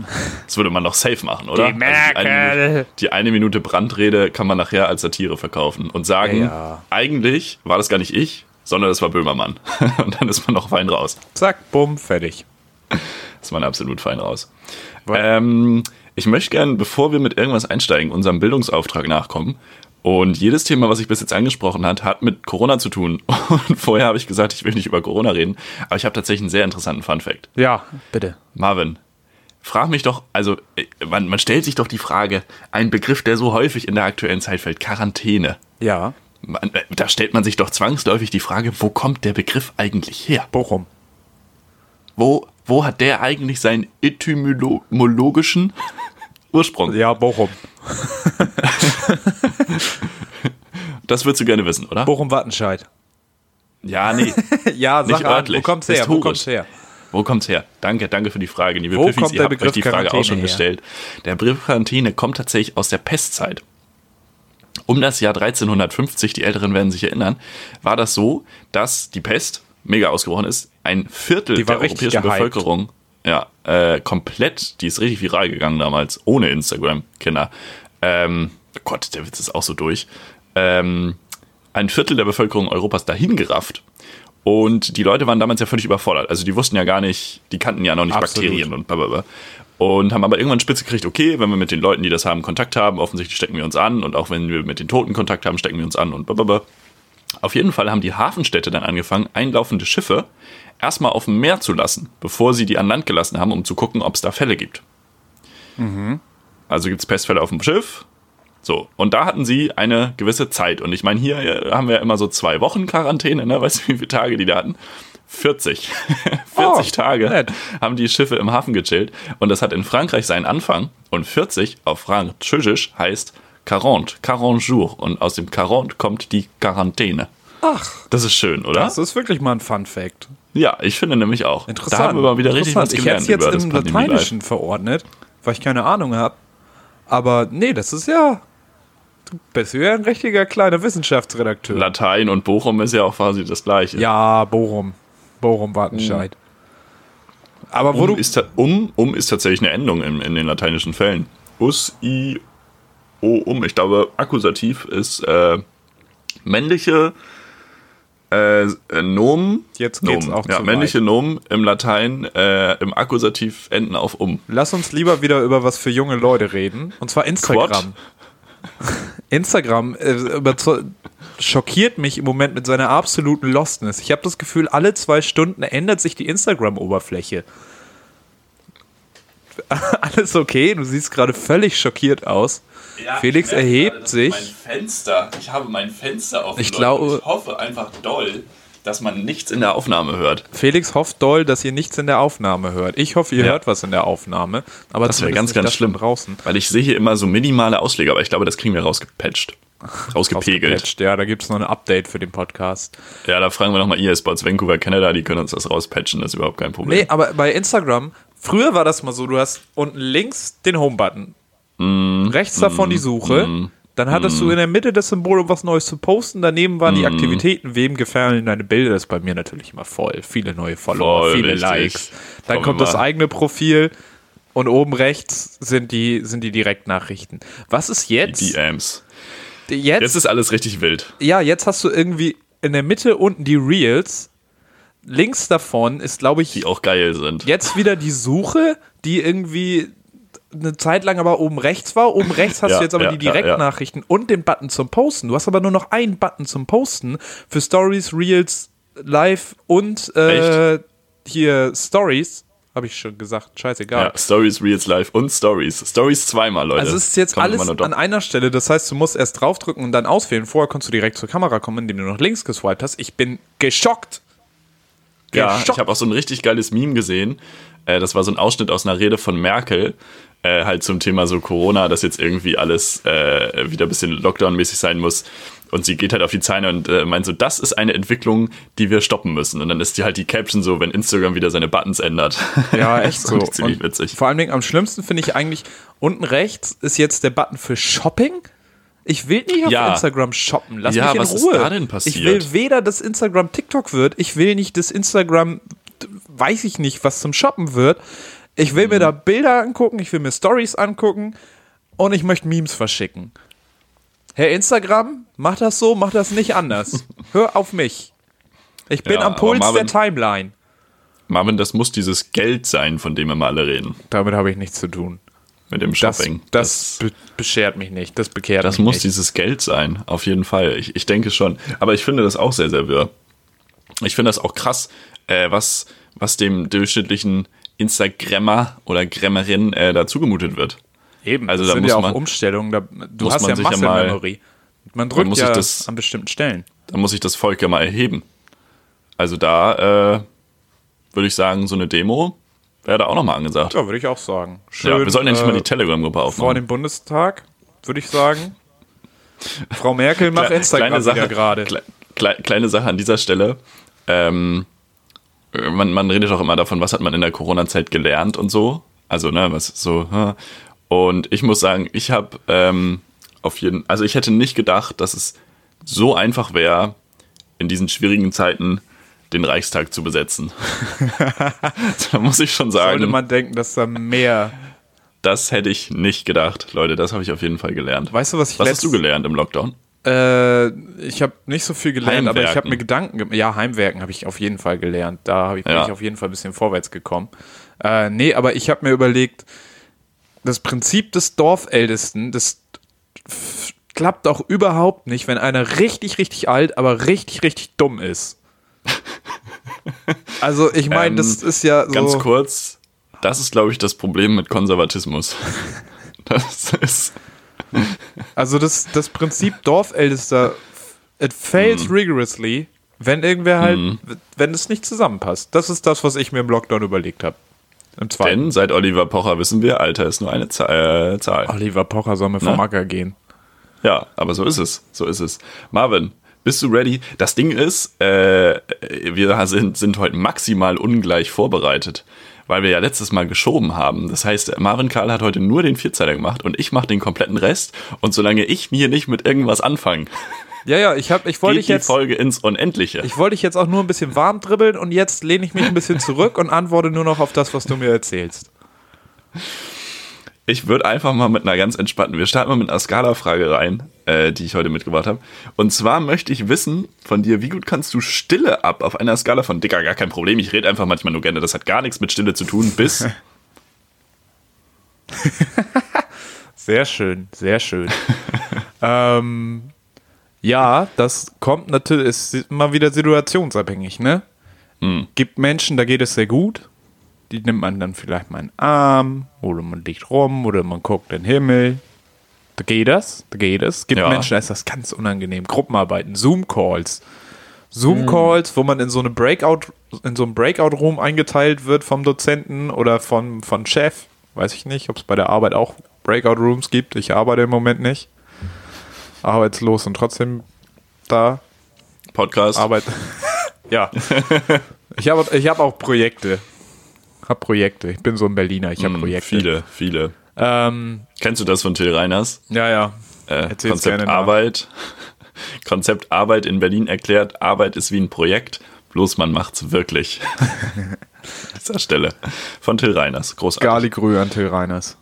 [SPEAKER 2] Das würde man doch safe machen, oder?
[SPEAKER 1] Die Merkel!
[SPEAKER 2] eine Minute, die eine Minute Brandrede kann man nachher als Satire verkaufen und sagen,
[SPEAKER 1] Ja, ja.
[SPEAKER 2] eigentlich war das gar nicht ich, sondern das war Böhmermann. [laughs] und dann ist man noch fein raus.
[SPEAKER 1] Zack, bumm, fertig.
[SPEAKER 2] Ist man absolut fein raus.
[SPEAKER 1] Wa-
[SPEAKER 2] Ähm, ich möchte gerne, bevor wir mit irgendwas einsteigen, unserem Bildungsauftrag nachkommen. Und jedes Thema, was ich bis jetzt angesprochen hat, hat mit Corona zu tun. [laughs] Und vorher habe ich gesagt, ich will nicht über Corona reden, aber ich habe tatsächlich einen sehr interessanten Fun Fact.
[SPEAKER 1] Ja, bitte.
[SPEAKER 2] Marvin, frag mich doch, also äh, man, man stellt sich doch die Frage, ein Begriff, der so häufig in der aktuellen Zeit fällt, Quarantäne.
[SPEAKER 1] Ja.
[SPEAKER 2] Man, äh, da stellt man sich doch zwangsläufig die Frage, wo kommt der Begriff eigentlich her?
[SPEAKER 1] Bochum.
[SPEAKER 2] Wo wo hat der eigentlich seinen etymologischen Ursprung?
[SPEAKER 1] Ja, Bochum.
[SPEAKER 2] Das würdest du gerne wissen, oder? [laughs]
[SPEAKER 1] Bochum-Wattenscheid.
[SPEAKER 2] Ja, nee.
[SPEAKER 1] Ja, sag
[SPEAKER 2] Nicht
[SPEAKER 1] an,
[SPEAKER 2] örtlich,
[SPEAKER 1] wo kommt's her? Wo
[SPEAKER 2] historisch.
[SPEAKER 1] kommt's her?
[SPEAKER 2] Wo kommt's her? Danke, danke für die Frage, liebe
[SPEAKER 1] Wo
[SPEAKER 2] Piffis.
[SPEAKER 1] kommt
[SPEAKER 2] ihr
[SPEAKER 1] der
[SPEAKER 2] habt
[SPEAKER 1] Begriff
[SPEAKER 2] euch die Frage
[SPEAKER 1] Quarantäne
[SPEAKER 2] auch schon
[SPEAKER 1] her?
[SPEAKER 2] gestellt. Der Begriff Quarantäne kommt tatsächlich aus der Pestzeit. Um das Jahr 1350, die Älteren werden sich erinnern, war das so, dass die Pest mega ausgebrochen ist. Ein Viertel
[SPEAKER 1] Die war
[SPEAKER 2] der
[SPEAKER 1] richtig
[SPEAKER 2] europäischen
[SPEAKER 1] gehypt.
[SPEAKER 2] Bevölkerung, ja, äh, komplett, die ist richtig viral gegangen damals, ohne Instagram, Kinder. Ähm, Gott, der Witz ist auch so durch. Ähm, ein Viertel der Bevölkerung Europas dahin gerafft. Und die Leute waren damals ja völlig überfordert. Also die wussten ja gar nicht, die kannten ja noch nicht
[SPEAKER 1] Absolut.
[SPEAKER 2] Bakterien und blablabla. Und haben aber irgendwann spitze gekriegt, okay, wenn wir mit den Leuten, die das haben, Kontakt haben, offensichtlich stecken wir uns an. Und auch wenn wir mit den Toten Kontakt haben, stecken wir uns an und blablabla. Auf jeden Fall haben die Hafenstädte dann angefangen, einlaufende Schiffe erstmal auf dem Meer zu lassen, bevor sie die an Land gelassen haben, um zu gucken, ob es da Fälle gibt. Also gibt es Pestfälle auf dem Schiff. So, und da hatten sie eine gewisse Zeit. Und ich meine, hier äh, haben wir ja immer so zwei Wochen Quarantäne, ne? Weißt du, wie viele Tage die da hatten? [laughs] 40. 40
[SPEAKER 1] Oh,
[SPEAKER 2] Tage
[SPEAKER 1] nett.
[SPEAKER 2] haben die Schiffe im Hafen gechillt. Und das hat in Frankreich seinen Anfang. Und 40 auf Französisch heißt 40, 40 jours. Und aus dem 40 kommt die Quarantäne.
[SPEAKER 1] Ach,
[SPEAKER 2] Das ist schön, oder?
[SPEAKER 1] das ist wirklich mal ein Fun-Fact.
[SPEAKER 2] ja, ich finde nämlich auch.
[SPEAKER 1] Interessant.
[SPEAKER 2] Da haben wir mal wieder richtig was
[SPEAKER 1] Interessant. Ich hätte
[SPEAKER 2] gelernt
[SPEAKER 1] es jetzt
[SPEAKER 2] über das
[SPEAKER 1] im
[SPEAKER 2] Pandemie-Life.
[SPEAKER 1] Lateinischen verordnet, weil ich keine Ahnung habe. Aber nee, das ist ja. Du bist ja ein richtiger kleiner Wissenschaftsredakteur.
[SPEAKER 2] Latein und Bochum ist ja auch quasi das Gleiche.
[SPEAKER 1] ja, Bochum. Bochum-Wattenscheid. Aber wo
[SPEAKER 2] Um
[SPEAKER 1] du.
[SPEAKER 2] Hm. ist, ta- um, um ist tatsächlich eine Endung in, in den lateinischen Fällen. Us, i, o, um. Ich glaube, Akkusativ ist äh, männliche äh, äh, Nomen.
[SPEAKER 1] Jetzt geht's
[SPEAKER 2] Nomen.
[SPEAKER 1] auch
[SPEAKER 2] ja,
[SPEAKER 1] zu
[SPEAKER 2] Männliche Nomen im Latein äh, im Akkusativ enden auf um.
[SPEAKER 1] Lass uns lieber wieder über was für junge Leute reden. Und zwar Instagram. [laughs] Instagram äh, überzeu- schockiert mich im Moment mit seiner absoluten Lostness. Ich habe das Gefühl, alle zwei Stunden ändert sich die Instagram-Oberfläche. [laughs] Alles okay, du siehst gerade völlig schockiert aus. Felix erhebt sich.
[SPEAKER 2] Fenster. Ich habe mein Fenster offen.
[SPEAKER 1] Ich Leute. glaube- Ich
[SPEAKER 2] hoffe einfach doll, dass man nichts in der Aufnahme hört.
[SPEAKER 1] Felix hofft doll, dass ihr nichts in der Aufnahme hört. Ich hoffe, ihr
[SPEAKER 2] Ja.
[SPEAKER 1] hört was in der Aufnahme. Aber
[SPEAKER 2] Das wäre
[SPEAKER 1] zumindest
[SPEAKER 2] ganz,
[SPEAKER 1] nicht
[SPEAKER 2] ganz
[SPEAKER 1] das von
[SPEAKER 2] schlimm.
[SPEAKER 1] Draußen.
[SPEAKER 2] Weil ich sehe hier immer so minimale Ausschläge, aber ich glaube, das kriegen wir rausgepatcht.
[SPEAKER 1] [laughs]
[SPEAKER 2] Rausgepegelt.
[SPEAKER 1] Gepatcht. Ja, da gibt es noch ein Update für den Podcast.
[SPEAKER 2] Ja, da fragen wir nochmal EA-Sports Vancouver, Canada, die können uns das rauspatchen, das ist überhaupt kein Problem.
[SPEAKER 1] Nee, aber bei Instagram, früher war das mal so, du hast unten links den Home-Button,
[SPEAKER 2] Mm.
[SPEAKER 1] rechts davon die Suche, dann hattest du in der Mitte das Symbol, um was Neues zu posten, daneben waren die
[SPEAKER 2] Mm.
[SPEAKER 1] Aktivitäten, wem gefallen deine Bilder, das ist bei mir natürlich immer voll, viele neue Follower,
[SPEAKER 2] Voll
[SPEAKER 1] viele
[SPEAKER 2] richtig.
[SPEAKER 1] Likes, dann
[SPEAKER 2] Komm
[SPEAKER 1] kommt das
[SPEAKER 2] mal.
[SPEAKER 1] eigene Profil und oben rechts sind die, sind die Direktnachrichten. Was ist jetzt?
[SPEAKER 2] DMs.
[SPEAKER 1] jetzt?
[SPEAKER 2] Jetzt ist alles richtig wild.
[SPEAKER 1] ja, jetzt hast du irgendwie in der Mitte unten die Reels, links davon ist, glaube ich,
[SPEAKER 2] Die auch geil sind.
[SPEAKER 1] jetzt wieder die Suche, die irgendwie eine Zeit lang aber oben rechts war. Oben rechts hast
[SPEAKER 2] Ja,
[SPEAKER 1] du jetzt aber
[SPEAKER 2] ja,
[SPEAKER 1] die
[SPEAKER 2] ja, ja.
[SPEAKER 1] Direktnachrichten und den Button zum Posten. Du hast aber nur noch einen Button zum Posten für Stories, Reels, Live und äh, hier Stories. Habe ich schon gesagt. Scheißegal.
[SPEAKER 2] Ja, Stories, Reels, Live und Stories. Stories zweimal, Leute.
[SPEAKER 1] Also es ist jetzt
[SPEAKER 2] Kommt immer
[SPEAKER 1] alles
[SPEAKER 2] nur
[SPEAKER 1] an
[SPEAKER 2] doppelt.
[SPEAKER 1] einer Stelle. Das heißt, du musst erst draufdrücken und dann auswählen. Vorher konntest du direkt zur Kamera kommen, indem du noch links geswiped hast. Ich bin geschockt.
[SPEAKER 2] Ja,
[SPEAKER 1] Geschockt.
[SPEAKER 2] ich habe auch so ein richtig geiles Meme gesehen. Äh, Das war so ein Ausschnitt aus einer Rede von Merkel, äh, halt zum Thema so Corona, dass jetzt irgendwie alles äh, wieder ein bisschen Lockdown-mäßig sein muss. Und sie geht halt auf die Zeile und äh, meint so, das ist eine Entwicklung, die wir stoppen müssen. Und dann ist die halt die Caption so, wenn Instagram wieder seine Buttons ändert.
[SPEAKER 1] [laughs] Ja, echt so.
[SPEAKER 2] fand ich ziemlich
[SPEAKER 1] Und
[SPEAKER 2] witzig.
[SPEAKER 1] Vor allen Dingen am schlimmsten finde ich eigentlich, unten rechts ist jetzt der Button für Shopping. Ich will nicht auf
[SPEAKER 2] Ja.
[SPEAKER 1] Instagram shoppen. Lass
[SPEAKER 2] Ja,
[SPEAKER 1] mich in
[SPEAKER 2] was ist
[SPEAKER 1] Ruhe.
[SPEAKER 2] da denn passiert?
[SPEAKER 1] Ich will weder, dass Instagram TikTok wird. Ich will nicht, dass Instagram, d- weiß ich nicht, was zum Shoppen wird. Ich will
[SPEAKER 2] Mhm.
[SPEAKER 1] mir da Bilder angucken. Ich will mir Stories angucken. Und ich möchte Memes verschicken. Herr Instagram, mach das so, mach das nicht anders.
[SPEAKER 2] [laughs]
[SPEAKER 1] Hör auf mich. Ich bin
[SPEAKER 2] Ja,
[SPEAKER 1] am
[SPEAKER 2] aber
[SPEAKER 1] Puls der
[SPEAKER 2] Marvin-
[SPEAKER 1] Timeline.
[SPEAKER 2] Marvin, das muss dieses Geld sein, von dem immer alle reden,
[SPEAKER 1] Damit habe ich nichts zu tun.
[SPEAKER 2] mit dem
[SPEAKER 1] Das,
[SPEAKER 2] Shopping.
[SPEAKER 1] das, be beschert mich nicht. Das bekehrt
[SPEAKER 2] Das
[SPEAKER 1] mich
[SPEAKER 2] muss
[SPEAKER 1] nicht.
[SPEAKER 2] dieses Geld sein, auf jeden Fall. Ich, ich denke schon. Aber ich finde das auch sehr, sehr wirr. Ich finde das auch krass, äh, was, was dem durchschnittlichen Instagrammer oder Grammerin äh, da zugemutet wird.
[SPEAKER 1] Eben.
[SPEAKER 2] also
[SPEAKER 1] das
[SPEAKER 2] da
[SPEAKER 1] sind
[SPEAKER 2] muss
[SPEAKER 1] ja auch
[SPEAKER 2] man-
[SPEAKER 1] Umstellungen. Da, du
[SPEAKER 2] muss
[SPEAKER 1] hast
[SPEAKER 2] man
[SPEAKER 1] ja
[SPEAKER 2] sich ja
[SPEAKER 1] Muscle
[SPEAKER 2] mal-
[SPEAKER 1] Memory. Man drückt
[SPEAKER 2] muss sich
[SPEAKER 1] ja
[SPEAKER 2] das-
[SPEAKER 1] an bestimmten Stellen.
[SPEAKER 2] Da muss ich das Volk ja mal erheben. Also da äh, würde ich sagen, so eine Demo Wäre da auch nochmal angesagt.
[SPEAKER 1] Ja, würde ich auch sagen. Schön,
[SPEAKER 2] Ja, wir sollten ja nicht
[SPEAKER 1] äh,
[SPEAKER 2] mal die Telegram-Gruppe
[SPEAKER 1] vor
[SPEAKER 2] aufmachen.
[SPEAKER 1] dem Bundestag, würde ich sagen. Frau Merkel macht
[SPEAKER 2] Kle-
[SPEAKER 1] Instagram wieder gerade.
[SPEAKER 2] Kle kle- kleine Sache an dieser Stelle. Ähm, äh, man, man redet auch immer davon, was hat man in der Corona-Zeit gelernt und so. Also, ne, was so. hm. Und ich muss sagen, ich habe ähm, auf jeden also ich hätte nicht gedacht, dass es so einfach wäre, in diesen schwierigen Zeiten den Reichstag
[SPEAKER 1] [laughs]
[SPEAKER 2] zu besetzen. da muss ich schon sagen,
[SPEAKER 1] Sollte man denken, dass da mehr.
[SPEAKER 2] das hätte ich nicht gedacht. Leute, das habe ich auf jeden Fall gelernt.
[SPEAKER 1] Weißt du, was ich
[SPEAKER 2] was
[SPEAKER 1] letzt-
[SPEAKER 2] hast du gelernt im Lockdown?
[SPEAKER 1] Äh, ich habe nicht so viel gelernt, aber ich habe
[SPEAKER 2] Heimwerken.
[SPEAKER 1] mir Gedanken gemacht. Ja, Heimwerken habe ich auf jeden Fall gelernt. Da hab ich, bin
[SPEAKER 2] Ja.
[SPEAKER 1] ich auf jeden Fall ein bisschen vorwärts gekommen. Äh, nee, aber ich habe mir überlegt, das Prinzip des Dorfältesten, das f- klappt auch überhaupt nicht, wenn einer richtig, richtig alt, aber richtig, richtig dumm
[SPEAKER 2] [laughs]
[SPEAKER 1] ist. Also ich meine,
[SPEAKER 2] Ähm,
[SPEAKER 1] das ist ja so.
[SPEAKER 2] Ganz kurz, das ist, glaube ich, das Problem mit Konservatismus.
[SPEAKER 1] [laughs]
[SPEAKER 2] Das ist.
[SPEAKER 1] Also das, das
[SPEAKER 2] [laughs]
[SPEAKER 1] Prinzip Dorfältester, it
[SPEAKER 2] Mhm.
[SPEAKER 1] fails rigorously, wenn irgendwer halt, wenn es nicht zusammenpasst. Das ist das, was ich mir im Lockdown überlegt habe. Im zweiten.
[SPEAKER 2] Denn seit Oliver Pocher wissen wir, Alter ist nur eine Zahl. Äh, Zahl.
[SPEAKER 1] Oliver Pocher soll mir vom
[SPEAKER 2] Ne?
[SPEAKER 1] Acker gehen.
[SPEAKER 2] Ja, aber so ist es. So ist es. Marvin, bist du ready? Das Ding ist, äh, wir sind, sind heute maximal ungleich vorbereitet, weil wir ja letztes Mal geschoben haben. Das heißt, Marvin Karl hat heute nur den Vierzeiler gemacht und ich mache den kompletten Rest. Und solange ich hier nicht mit irgendwas anfange,
[SPEAKER 1] Ja, ja, ich, hab, ich wollte
[SPEAKER 2] geht
[SPEAKER 1] dich
[SPEAKER 2] die
[SPEAKER 1] jetzt.
[SPEAKER 2] Folge ins Unendliche.
[SPEAKER 1] Ich wollte dich jetzt auch nur ein bisschen warm dribbeln und jetzt lehne ich mich ein bisschen zurück und antworte nur noch auf das, was du mir erzählst.
[SPEAKER 2] Ich würde einfach mal mit einer ganz entspannten, wir starten mal mit einer Skala-Frage rein, äh, die ich heute mitgebracht habe. Und zwar möchte ich wissen von dir, wie gut kannst du Stille ab auf einer Skala von Dicker, gar kein Problem, ich rede einfach manchmal nur gerne, das hat gar nichts mit Stille zu tun,
[SPEAKER 1] [laughs]
[SPEAKER 2] bis
[SPEAKER 1] Sehr schön, sehr
[SPEAKER 2] [laughs]
[SPEAKER 1] schön. ähm, ja, das kommt natürlich, ist immer wieder situationsabhängig, ne? Gibt Menschen, da geht es sehr gut. Die nimmt man dann vielleicht mal in den Arm oder man liegt rum oder man guckt in den Himmel. Da geht das, da geht es. Gibt
[SPEAKER 2] Ja.
[SPEAKER 1] Menschen, da ist das ganz unangenehm. Gruppenarbeiten, Zoom-Calls. Zoom-Calls, wo man in so eine Breakout, in so einen Breakout-Room eingeteilt wird vom Dozenten oder vom, von Chef. Weiß ich nicht, ob es bei der Arbeit auch Breakout-Rooms gibt. Ich arbeite im Moment nicht. Arbeitslos und trotzdem da.
[SPEAKER 2] Podcast.
[SPEAKER 1] Arbeit. [laughs] ja. Ich habe ich hab auch Projekte. Hab Projekte. Ich bin so ein Berliner. Ich habe
[SPEAKER 2] Hm,
[SPEAKER 1] Projekte.
[SPEAKER 2] Viele, viele.
[SPEAKER 1] Ähm,
[SPEAKER 2] Kennst du das von Till Reiners?
[SPEAKER 1] ja, ja.
[SPEAKER 2] Äh,
[SPEAKER 1] Erzähl's
[SPEAKER 2] Konzept
[SPEAKER 1] gerne nach.
[SPEAKER 2] Arbeit. [laughs] Konzept Arbeit in Berlin erklärt, Arbeit ist wie ein Projekt, bloß man macht's wirklich. [laughs] An dieser Stelle. Von Till Reiners, großartig.
[SPEAKER 1] Garligrü an Till Reiners.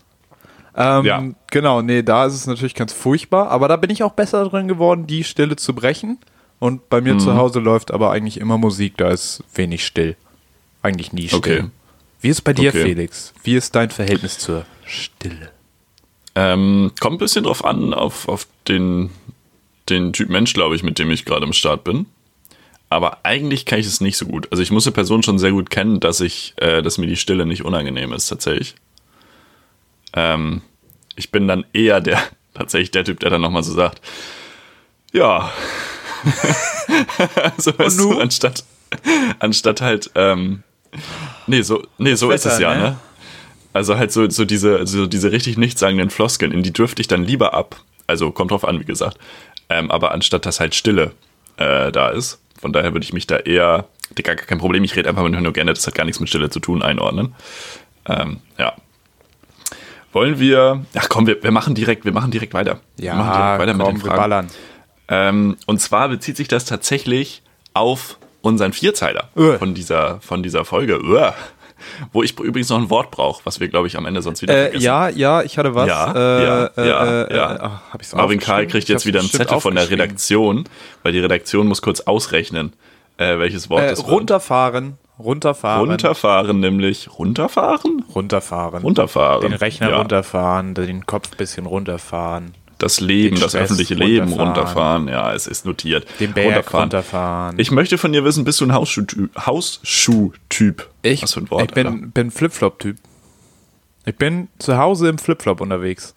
[SPEAKER 1] Ähm,
[SPEAKER 2] Ja.
[SPEAKER 1] Genau, nee, da ist es natürlich ganz furchtbar. Aber da bin ich auch besser drin geworden, die Stille zu brechen. Und bei mir
[SPEAKER 2] Mhm.
[SPEAKER 1] zu Hause läuft aber eigentlich immer Musik. Da ist wenig still. Eigentlich nie still.
[SPEAKER 2] Okay.
[SPEAKER 1] Wie ist bei dir,
[SPEAKER 2] Okay.
[SPEAKER 1] Felix? Wie ist dein Verhältnis zur Stille?
[SPEAKER 2] Ähm, kommt ein bisschen drauf an, auf, auf den, den Typ Mensch, glaube ich, mit dem ich gerade am Start bin. Aber eigentlich kann ich es nicht so gut. Also ich muss die Person schon sehr gut kennen, dass ich, äh, dass mir die Stille nicht unangenehm ist, tatsächlich. Ähm, ich bin dann eher der, [laughs] tatsächlich der Typ, der dann nochmal so sagt, ja. [laughs] also, weißt
[SPEAKER 1] nu?
[SPEAKER 2] du, anstatt, anstatt halt, ähm, nee, so, nee, so ist
[SPEAKER 1] Wetter,
[SPEAKER 2] es ja,
[SPEAKER 1] ne?
[SPEAKER 2] ne? Also halt so, so, diese, so diese richtig nichtssagenden Floskeln, in die dürfte ich dann lieber ab. Also kommt drauf an, wie gesagt. Ähm, aber anstatt dass halt Stille äh, da ist. Von daher würde ich mich da eher, Digga, gar kein Problem, ich rede einfach nur gerne, das hat gar nichts mit Stille zu tun, einordnen. Ähm, ja. Wollen wir, ach komm, wir, wir machen direkt, wir machen direkt weiter. wir machen direkt weiter mit den
[SPEAKER 1] wir
[SPEAKER 2] Fragen.
[SPEAKER 1] ballern.
[SPEAKER 2] Ähm, und zwar bezieht sich das tatsächlich auf unseren Vierzeiler
[SPEAKER 1] Uah.
[SPEAKER 2] von dieser, von dieser Folge. Uah. Wo ich übrigens noch ein Wort brauche, was wir, glaube ich, am Ende sonst wieder
[SPEAKER 1] Äh,
[SPEAKER 2] vergessen.
[SPEAKER 1] ja, ja, ich hatte was.
[SPEAKER 2] Ja,
[SPEAKER 1] äh,
[SPEAKER 2] ja,
[SPEAKER 1] äh,
[SPEAKER 2] ja,
[SPEAKER 1] äh,
[SPEAKER 2] ja.
[SPEAKER 1] äh, ach, hab ich's
[SPEAKER 2] Marvin
[SPEAKER 1] aufgeschrieben?
[SPEAKER 2] Karl kriegt
[SPEAKER 1] Ich hab's
[SPEAKER 2] jetzt wieder einen
[SPEAKER 1] bestimmt
[SPEAKER 2] Zettel von der
[SPEAKER 1] aufgeschrieben.
[SPEAKER 2] Redaktion, weil die Redaktion muss kurz ausrechnen, äh, welches Wort
[SPEAKER 1] Äh,
[SPEAKER 2] das
[SPEAKER 1] runterfahren, runterfahren,
[SPEAKER 2] wird. Runterfahren nämlich. Runterfahren?
[SPEAKER 1] runterfahren,
[SPEAKER 2] Runterfahren.
[SPEAKER 1] den Rechner
[SPEAKER 2] ja.
[SPEAKER 1] runterfahren, den Kopf ein bisschen runterfahren,
[SPEAKER 2] Das Leben,
[SPEAKER 1] Den
[SPEAKER 2] das
[SPEAKER 1] Stress
[SPEAKER 2] öffentliche Leben
[SPEAKER 1] runterfahren.
[SPEAKER 2] runterfahren. Ja, es ist notiert.
[SPEAKER 1] den Berg runterfahren. runterfahren.
[SPEAKER 2] Ich möchte von dir wissen, bist du ein Hausschuh- Hausschuh-Typ?
[SPEAKER 1] Ich-
[SPEAKER 2] Was für ein Wort,
[SPEAKER 1] ich bin,
[SPEAKER 2] Alter.
[SPEAKER 1] bin Flipflop-Typ. Ich bin zu Hause im Flipflop unterwegs.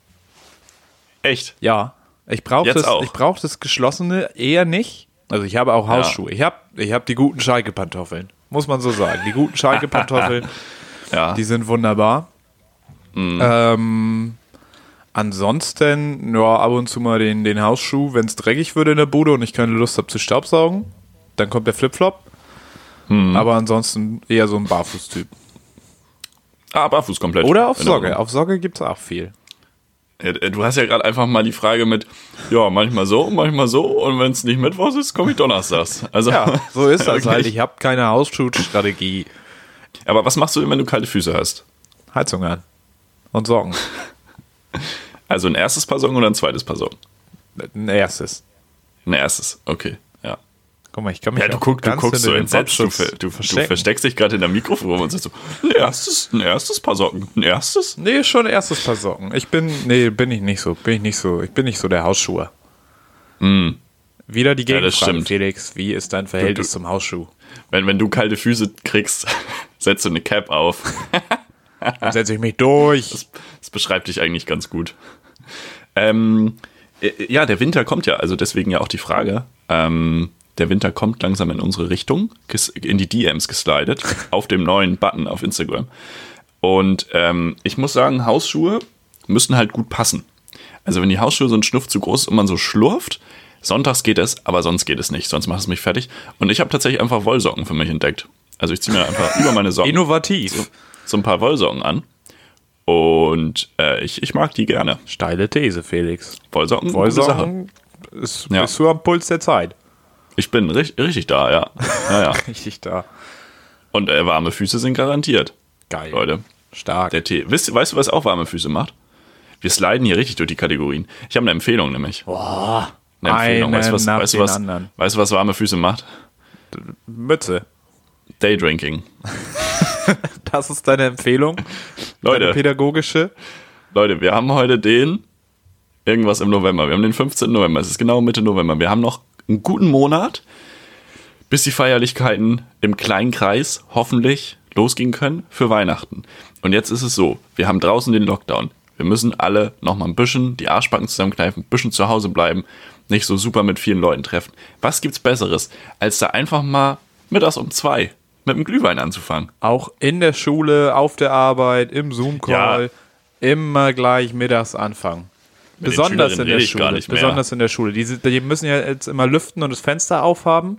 [SPEAKER 2] Echt?
[SPEAKER 1] Ja, ich brauche
[SPEAKER 2] Jetzt
[SPEAKER 1] das,
[SPEAKER 2] auch.
[SPEAKER 1] ich brauch das geschlossene eher nicht. Also ich habe
[SPEAKER 2] [laughs]
[SPEAKER 1] auch Hausschuhe. Ich habe ich hab die guten Schalke-Pantoffeln, muss man so sagen. Die guten Schalke-Pantoffeln.
[SPEAKER 2] Ja.
[SPEAKER 1] Die sind wunderbar.
[SPEAKER 2] Mhm.
[SPEAKER 1] Ähm, ansonsten, ja, ab und zu mal den, den Hausschuh, wenn es dreckig würde in der Bude und ich keine Lust habe zu staubsaugen, dann kommt der Flipflop.
[SPEAKER 2] Mhm.
[SPEAKER 1] Aber ansonsten eher so ein Barfußtyp.
[SPEAKER 2] Ah, barfuß komplett.
[SPEAKER 1] Oder auf
[SPEAKER 2] In Ordnung.
[SPEAKER 1] Socke. Auf Socke gibt es auch viel.
[SPEAKER 2] Ja, Du hast ja gerade einfach mal die Frage mit, ja, manchmal so, manchmal so und wenn es nicht Mittwochs ist, komme ich Donnerstags. Also,
[SPEAKER 1] Ja, so ist
[SPEAKER 2] [laughs]
[SPEAKER 1] das
[SPEAKER 2] wirklich.
[SPEAKER 1] halt. Ich habe keine Hausschuhstrategie.
[SPEAKER 2] Aber was machst du denn, wenn du kalte Füße hast?
[SPEAKER 1] Heizung an. Und Socken.
[SPEAKER 2] Also ein erstes Paar Socken oder ein zweites Paar Socken?
[SPEAKER 1] Ein erstes.
[SPEAKER 2] Ein erstes, okay, ja.
[SPEAKER 1] Guck mal, ich kann mich
[SPEAKER 2] Ja, du,
[SPEAKER 1] auch
[SPEAKER 2] guck, du
[SPEAKER 1] ganz
[SPEAKER 2] guckst so
[SPEAKER 1] hinter den
[SPEAKER 2] entsetzt, du,
[SPEAKER 1] Popschutz
[SPEAKER 2] ver, du, du
[SPEAKER 1] verstecken.
[SPEAKER 2] versteckst dich gerade in der Mikrofon und sagst so, ein erstes, ein erstes Paar Socken, ein erstes.
[SPEAKER 1] Nee, schon erstes Paar Socken. Ich bin, nee, bin ich nicht so. Bin ich nicht so. Ich bin nicht so der Hausschuher. Wieder die
[SPEAKER 2] Hm. Ja, das
[SPEAKER 1] Gegenfrage,
[SPEAKER 2] stimmt.
[SPEAKER 1] Felix. Wie ist dein Verhältnis
[SPEAKER 2] Du-
[SPEAKER 1] zum Hausschuh?
[SPEAKER 2] Wenn, wenn du kalte Füße kriegst, [laughs] setzt du eine Cap auf.
[SPEAKER 1] Dann setze ich mich durch.
[SPEAKER 2] Das, das beschreibt dich eigentlich ganz gut. Ähm, äh, ja, der Winter kommt ja, also deswegen ja auch die Frage. Ähm, der Winter kommt langsam in unsere Richtung, ges- in die DMs geslidet, [laughs] auf dem neuen Button auf Instagram. Und ähm, ich muss sagen, Hausschuhe müssen halt gut passen. Also wenn die Hausschuhe so ein Schnuff zu groß ist und man so schlurft, sonntags geht es, aber sonst geht es nicht, sonst macht es mich fertig. Und ich habe tatsächlich einfach Wollsocken für mich entdeckt. Also ich ziehe mir einfach über meine
[SPEAKER 1] [laughs]
[SPEAKER 2] Socken
[SPEAKER 1] Innovativ.
[SPEAKER 2] so ein paar Wollsocken an. Und äh, ich, ich mag die gerne.
[SPEAKER 1] Steile These, Felix.
[SPEAKER 2] Wollsocken, gute Sache.
[SPEAKER 1] Wollsocken ist,
[SPEAKER 2] Ja.
[SPEAKER 1] bist du am Puls der Zeit. [laughs]
[SPEAKER 2] Ich bin ri richtig da, ja. ja, ja.
[SPEAKER 1] Richtig da.
[SPEAKER 2] Und äh, warme Füße sind garantiert,
[SPEAKER 1] Geil.
[SPEAKER 2] Leute.
[SPEAKER 1] Stark.
[SPEAKER 2] Der Tee. Wisst, weißt du, was auch warme Füße macht? Wir sliden hier richtig durch die Kategorien. Ich habe eine Empfehlung nämlich.
[SPEAKER 1] Boah.
[SPEAKER 2] Eine Empfehlung. Weißt du,
[SPEAKER 1] Einen
[SPEAKER 2] was,
[SPEAKER 1] nach
[SPEAKER 2] weißt, du,
[SPEAKER 1] den
[SPEAKER 2] was,
[SPEAKER 1] anderen.
[SPEAKER 2] weißt du, was warme Füße macht?
[SPEAKER 1] Mütze.
[SPEAKER 2] Daydrinking.
[SPEAKER 1] Das ist deine Empfehlung. Deine
[SPEAKER 2] Leute,
[SPEAKER 1] pädagogische.
[SPEAKER 2] Leute, wir haben heute den irgendwas im November. Wir haben den 15. November. Es ist genau Mitte November. Wir haben noch einen guten Monat, bis die Feierlichkeiten im kleinen Kreis hoffentlich losgehen können für Weihnachten. Und jetzt ist es so, wir haben draußen den Lockdown. Wir müssen alle nochmal ein bisschen die Arschbacken zusammenkneifen, ein bisschen zu Hause bleiben, nicht so super mit vielen Leuten treffen. Was gibt's Besseres, als da einfach mal mittags um zwei mit einem Glühwein anzufangen?
[SPEAKER 1] Auch in der Schule, auf der Arbeit, im Zoom-Call, immer gleich mittags anfangen.
[SPEAKER 2] den
[SPEAKER 1] Besonders
[SPEAKER 2] Schülerinnen
[SPEAKER 1] in der
[SPEAKER 2] rede ich
[SPEAKER 1] Schule.
[SPEAKER 2] gar nicht mehr.
[SPEAKER 1] Besonders in der Schule. Die, sind- die müssen ja jetzt immer lüften und das Fenster aufhaben.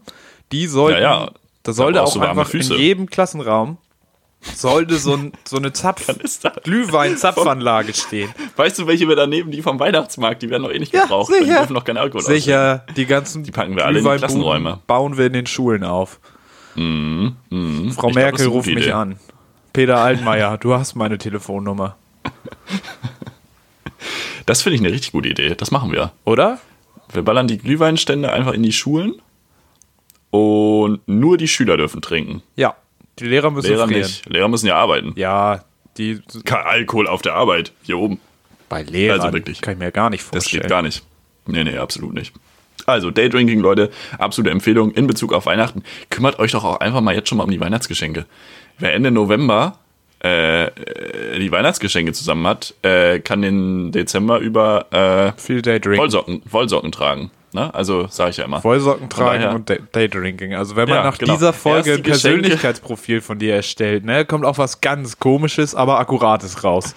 [SPEAKER 1] Die sollten,
[SPEAKER 2] Ja, ja.
[SPEAKER 1] da sollte
[SPEAKER 2] brauchst
[SPEAKER 1] auch
[SPEAKER 2] du warme
[SPEAKER 1] einfach in
[SPEAKER 2] Füße.
[SPEAKER 1] jedem Klassenraum sollte so, ein, so eine
[SPEAKER 2] [laughs]
[SPEAKER 1] Zapf
[SPEAKER 2] Kanister.
[SPEAKER 1] Glühwein-Zapfanlage
[SPEAKER 2] [laughs]
[SPEAKER 1] stehen.
[SPEAKER 2] Weißt du, welche wir daneben, die vom Weihnachtsmarkt, die werden doch eh nicht
[SPEAKER 1] Ja,
[SPEAKER 2] gebraucht. Die
[SPEAKER 1] sicher.
[SPEAKER 2] dürfen noch keinen Alkohol ausschenken.
[SPEAKER 1] Sicher, die ganzen die
[SPEAKER 2] packen wir alle in die Klassenräume.
[SPEAKER 1] bauen wir in den Schulen auf. Frau
[SPEAKER 2] Mhm. Ich glaub, das
[SPEAKER 1] Merkel
[SPEAKER 2] ist eine
[SPEAKER 1] ruft
[SPEAKER 2] gute
[SPEAKER 1] mich
[SPEAKER 2] Idee.
[SPEAKER 1] an. Peter Altmaier, du hast meine Telefonnummer,
[SPEAKER 2] Das finde ich eine richtig gute Idee. Das machen wir.
[SPEAKER 1] oder?
[SPEAKER 2] Wir ballern die Glühweinstände einfach in die Schulen und nur die Schüler dürfen trinken.
[SPEAKER 1] Ja, die Lehrer müssen
[SPEAKER 2] Lehrer
[SPEAKER 1] frieren.
[SPEAKER 2] nicht. Lehrer müssen ja arbeiten.
[SPEAKER 1] Ja, die
[SPEAKER 2] Kein Alkohol auf der Arbeit. Hier oben.
[SPEAKER 1] bei Lehrern
[SPEAKER 2] Also wirklich.
[SPEAKER 1] kann ich mir gar nicht
[SPEAKER 2] Das
[SPEAKER 1] vorstellen.
[SPEAKER 2] geht gar nicht. Nee, nee, absolut nicht. Also, Daydrinking, Leute, absolute Empfehlung in Bezug auf Weihnachten. Kümmert euch doch auch einfach mal jetzt schon mal um die Weihnachtsgeschenke. Wer Ende November äh, äh, die Weihnachtsgeschenke zusammen hat, äh, kann den Dezember über
[SPEAKER 1] Viel Daydrink.
[SPEAKER 2] äh, Wollsocken, Wollsocken tragen. Ne? Also, sage ich ja immer.
[SPEAKER 1] Wollsocken
[SPEAKER 2] Von
[SPEAKER 1] tragen
[SPEAKER 2] daher-
[SPEAKER 1] und Day- Daydrinking. Also wenn man
[SPEAKER 2] Ja,
[SPEAKER 1] nach
[SPEAKER 2] genau.
[SPEAKER 1] dieser Folge
[SPEAKER 2] Erst
[SPEAKER 1] ein
[SPEAKER 2] die Geschenke.
[SPEAKER 1] Persönlichkeitsprofil von dir erstellt, ne, kommt auch was ganz Komisches, aber Akkurates raus.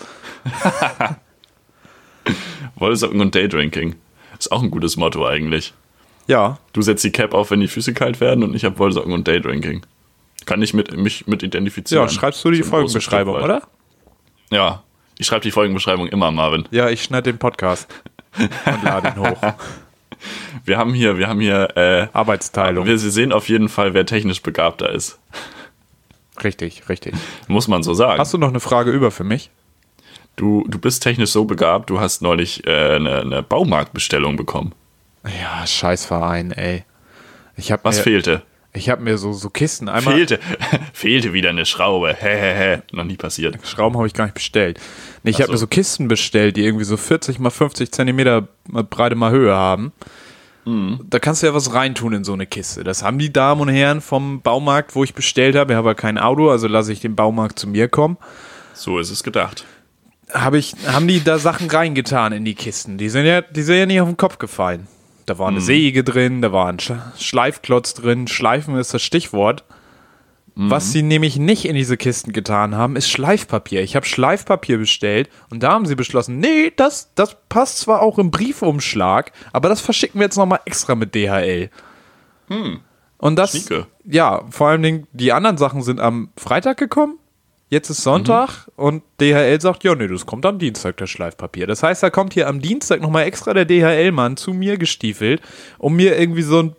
[SPEAKER 2] Wollsocken und Daydrinking. Ist auch ein gutes Motto eigentlich.
[SPEAKER 1] Ja,
[SPEAKER 2] Du setzt die Cap auf, wenn die Füße kalt werden und ich habe Wollsocken und Daydrinking. Kann ich mit, mich mit identifizieren.
[SPEAKER 1] ja, schreibst du die
[SPEAKER 2] Zum großen Stück
[SPEAKER 1] Folgenbeschreibung,
[SPEAKER 2] weit.
[SPEAKER 1] oder?
[SPEAKER 2] Ja. Ich schreibe die Folgenbeschreibung immer, Marvin.
[SPEAKER 1] Ja, ich schneide den Podcast und lade ihn hoch. [laughs]
[SPEAKER 2] Wir haben hier, wir haben hier, äh, wir,
[SPEAKER 1] Arbeitsteilung.
[SPEAKER 2] wir sehen auf jeden Fall, wer technisch begabter ist.
[SPEAKER 1] richtig, richtig.
[SPEAKER 2] Muss man so sagen.
[SPEAKER 1] Hast du noch eine Frage über für mich?
[SPEAKER 2] Du, du bist technisch so begabt, du hast neulich äh, eine, eine Baumarktbestellung bekommen.
[SPEAKER 1] Ja, scheiß Verein, ey. Ich habe
[SPEAKER 2] Was
[SPEAKER 1] mir,
[SPEAKER 2] fehlte?
[SPEAKER 1] ich hab mir so, so Kisten einmal
[SPEAKER 2] Fehlte. [laughs] fehlte wieder eine Schraube. Hehehe. Noch nie passiert.
[SPEAKER 1] Schrauben habe ich gar nicht bestellt. Nee, ich
[SPEAKER 2] Ach
[SPEAKER 1] habe mir
[SPEAKER 2] so.
[SPEAKER 1] so Kisten bestellt, die irgendwie so 40 mal 50 Zentimeter mal Breite mal Höhe haben.
[SPEAKER 2] Mhm.
[SPEAKER 1] Da kannst du ja was reintun in so eine Kiste. Das haben die Damen und Herren vom Baumarkt, wo ich bestellt habe. Ich habe ja kein Auto, also lasse ich den Baumarkt zu mir kommen.
[SPEAKER 2] So ist es gedacht.
[SPEAKER 1] Hab ich, haben die da Sachen reingetan in die Kisten? Die sind ja, die sind ja nicht auf den Kopf gefallen. Da
[SPEAKER 2] Mhm.
[SPEAKER 1] war eine Säge drin, da war ein Sch Schleifklotz drin. Schleifen ist das Stichwort. Was sie nämlich nicht in diese Kisten getan haben, ist Schleifpapier. Ich habe Schleifpapier bestellt und da haben sie beschlossen, nee, das, das passt zwar auch im Briefumschlag, aber das verschicken wir jetzt nochmal extra mit DHL. Und das,
[SPEAKER 2] Schnieke.
[SPEAKER 1] ja, vor allen Dingen, die anderen Sachen sind am Freitag gekommen, jetzt ist Sonntag und DHL sagt, ja, nee, das kommt am Dienstag, das Schleifpapier. Das heißt, da kommt hier am Dienstag nochmal extra der DHL-Mann zu mir gestiefelt, um mir irgendwie so einen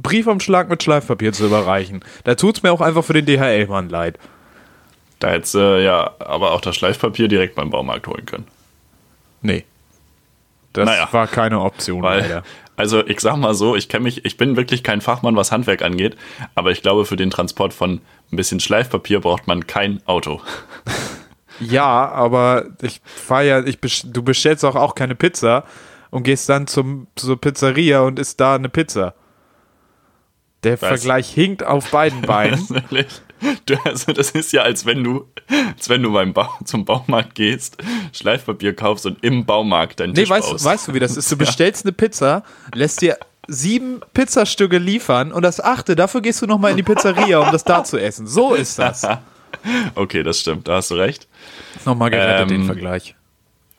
[SPEAKER 1] Briefumschlag mit Schleifpapier zu überreichen. Da tut's mir auch einfach für den DHL-Mann leid.
[SPEAKER 2] Da hättest du äh, ja aber auch das Schleifpapier direkt beim Baumarkt holen können.
[SPEAKER 1] Nee. Das
[SPEAKER 2] Naja.
[SPEAKER 1] war keine Option,
[SPEAKER 2] Weil,
[SPEAKER 1] leider.
[SPEAKER 2] also ich sag mal so, ich kenne mich, ich bin wirklich kein Fachmann, was Handwerk angeht, aber ich glaube, für den Transport von ein bisschen Schleifpapier braucht man kein Auto.
[SPEAKER 1] Ja, aber ich fahre ja, ich, besch- du bestellst auch, auch keine Pizza und gehst dann zum, zur Pizzeria und isst da eine Pizza. Der Vergleich hinkt auf beiden
[SPEAKER 2] [laughs]
[SPEAKER 1] Beinen.
[SPEAKER 2] Du, also das ist ja, als wenn du, als wenn du beim Bau, zum Baumarkt gehst, Schleifpapier kaufst und im Baumarkt deinen
[SPEAKER 1] nee,
[SPEAKER 2] Tisch
[SPEAKER 1] weißt,
[SPEAKER 2] baust.
[SPEAKER 1] weißt du, wie das
[SPEAKER 2] [laughs]
[SPEAKER 1] ist? Du bestellst eine Pizza, lässt dir sieben Pizzastücke liefern und das achte, dafür gehst du nochmal in die Pizzeria, um das da zu essen. So ist
[SPEAKER 2] [laughs]
[SPEAKER 1] das.
[SPEAKER 2] Okay, das stimmt, da hast du recht.
[SPEAKER 1] Nochmal gerettet,
[SPEAKER 2] Ähm,
[SPEAKER 1] den Vergleich.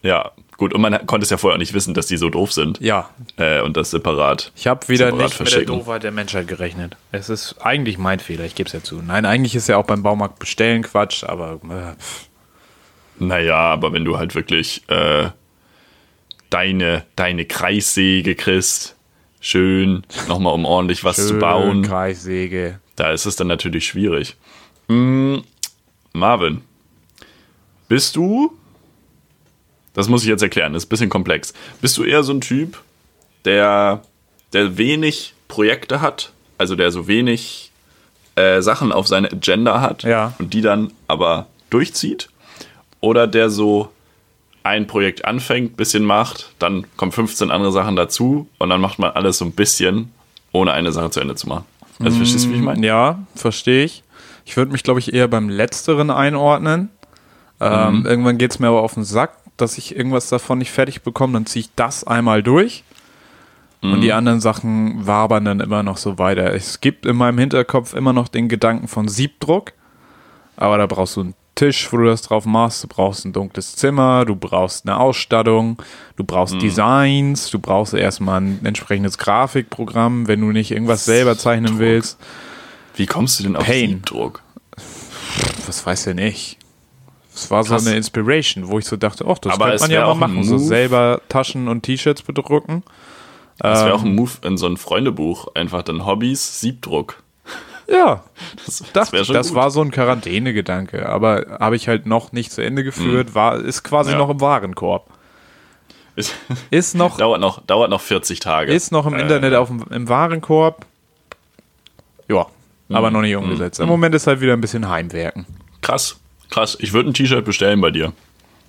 [SPEAKER 2] Ja, gut, und man konnte es ja vorher auch nicht wissen, dass die so doof sind.
[SPEAKER 1] Ja,
[SPEAKER 2] Äh, und das separat.
[SPEAKER 1] Ich habe wieder
[SPEAKER 2] separat
[SPEAKER 1] nicht mit der
[SPEAKER 2] verschicken.
[SPEAKER 1] Doofheit der Menschheit gerechnet. Es ist eigentlich mein Fehler, ich gebe es ja zu. Nein, eigentlich ist ja auch beim Baumarkt bestellen Quatsch, aber äh, pff.
[SPEAKER 2] Naja, aber wenn du halt wirklich äh, deine, deine Kreissäge kriegst, schön nochmal um ordentlich was zu bauen,
[SPEAKER 1] Kreissäge.
[SPEAKER 2] da ist es dann natürlich schwierig. Hm, Marvin, bist du, das muss ich jetzt erklären, ist ein bisschen komplex, bist du eher so ein Typ, der, der wenig Projekte hat, also der so wenig äh, Sachen auf seine Agenda hat
[SPEAKER 1] Ja.
[SPEAKER 2] und die dann aber durchzieht? Oder der so ein Projekt anfängt, bisschen macht, dann kommen 15 andere Sachen dazu und dann macht man alles so ein bisschen, ohne eine Sache zu Ende zu machen. Also verstehst du, wie ich meine?
[SPEAKER 1] Hm, Ja, verstehe ich. Ich würde mich, glaube ich, eher beim Letzteren einordnen.
[SPEAKER 2] Mhm.
[SPEAKER 1] Ähm, Irgendwann geht es mir aber auf den Sack, dass ich irgendwas davon nicht fertig bekomme, dann ziehe ich das einmal durch. Und
[SPEAKER 2] Mhm.
[SPEAKER 1] die anderen Sachen wabern dann immer noch so weiter. Es gibt in meinem Hinterkopf immer noch den Gedanken von Siebdruck. Aber da brauchst du einen Tisch, wo du das drauf machst. Du brauchst ein dunkles Zimmer, du brauchst eine Ausstattung, du brauchst
[SPEAKER 2] Mhm.
[SPEAKER 1] Designs, du brauchst erstmal ein entsprechendes Grafikprogramm, wenn du nicht irgendwas selber zeichnen willst.
[SPEAKER 2] Wie kommst du denn auf
[SPEAKER 1] Pain.
[SPEAKER 2] Siebdruck?
[SPEAKER 1] Was weiß denn ich? Es war
[SPEAKER 2] Krass.
[SPEAKER 1] so eine Inspiration, wo ich so dachte, ach, das
[SPEAKER 2] Aber
[SPEAKER 1] könnte
[SPEAKER 2] es
[SPEAKER 1] man ja
[SPEAKER 2] wär
[SPEAKER 1] mal
[SPEAKER 2] auch ein
[SPEAKER 1] machen. So
[SPEAKER 2] Move.
[SPEAKER 1] selber Taschen und T-Shirts bedrucken.
[SPEAKER 2] Das
[SPEAKER 1] Ähm.
[SPEAKER 2] wäre auch ein Move in so ein Freundebuch. Einfach dann Hobbys, Siebdruck.
[SPEAKER 1] Ja,
[SPEAKER 2] Das,
[SPEAKER 1] das,
[SPEAKER 2] wär
[SPEAKER 1] das, war so ein Quarantäne-Gedanke. Aber habe ich halt noch nicht zu Ende geführt. War, ist quasi
[SPEAKER 2] Hm. Ja.
[SPEAKER 1] noch im Warenkorb.
[SPEAKER 2] Es
[SPEAKER 1] Ist noch,
[SPEAKER 2] [laughs] dauert, noch, dauert noch 40 Tage.
[SPEAKER 1] ist noch im
[SPEAKER 2] Äh,
[SPEAKER 1] Internet auf dem, im Warenkorb. Ja,
[SPEAKER 2] Hm.
[SPEAKER 1] aber noch nicht umgesetzt. Im Moment ist halt wieder ein bisschen Heimwerken.
[SPEAKER 2] Krass, krass. Ich würde ein T-Shirt bestellen bei dir.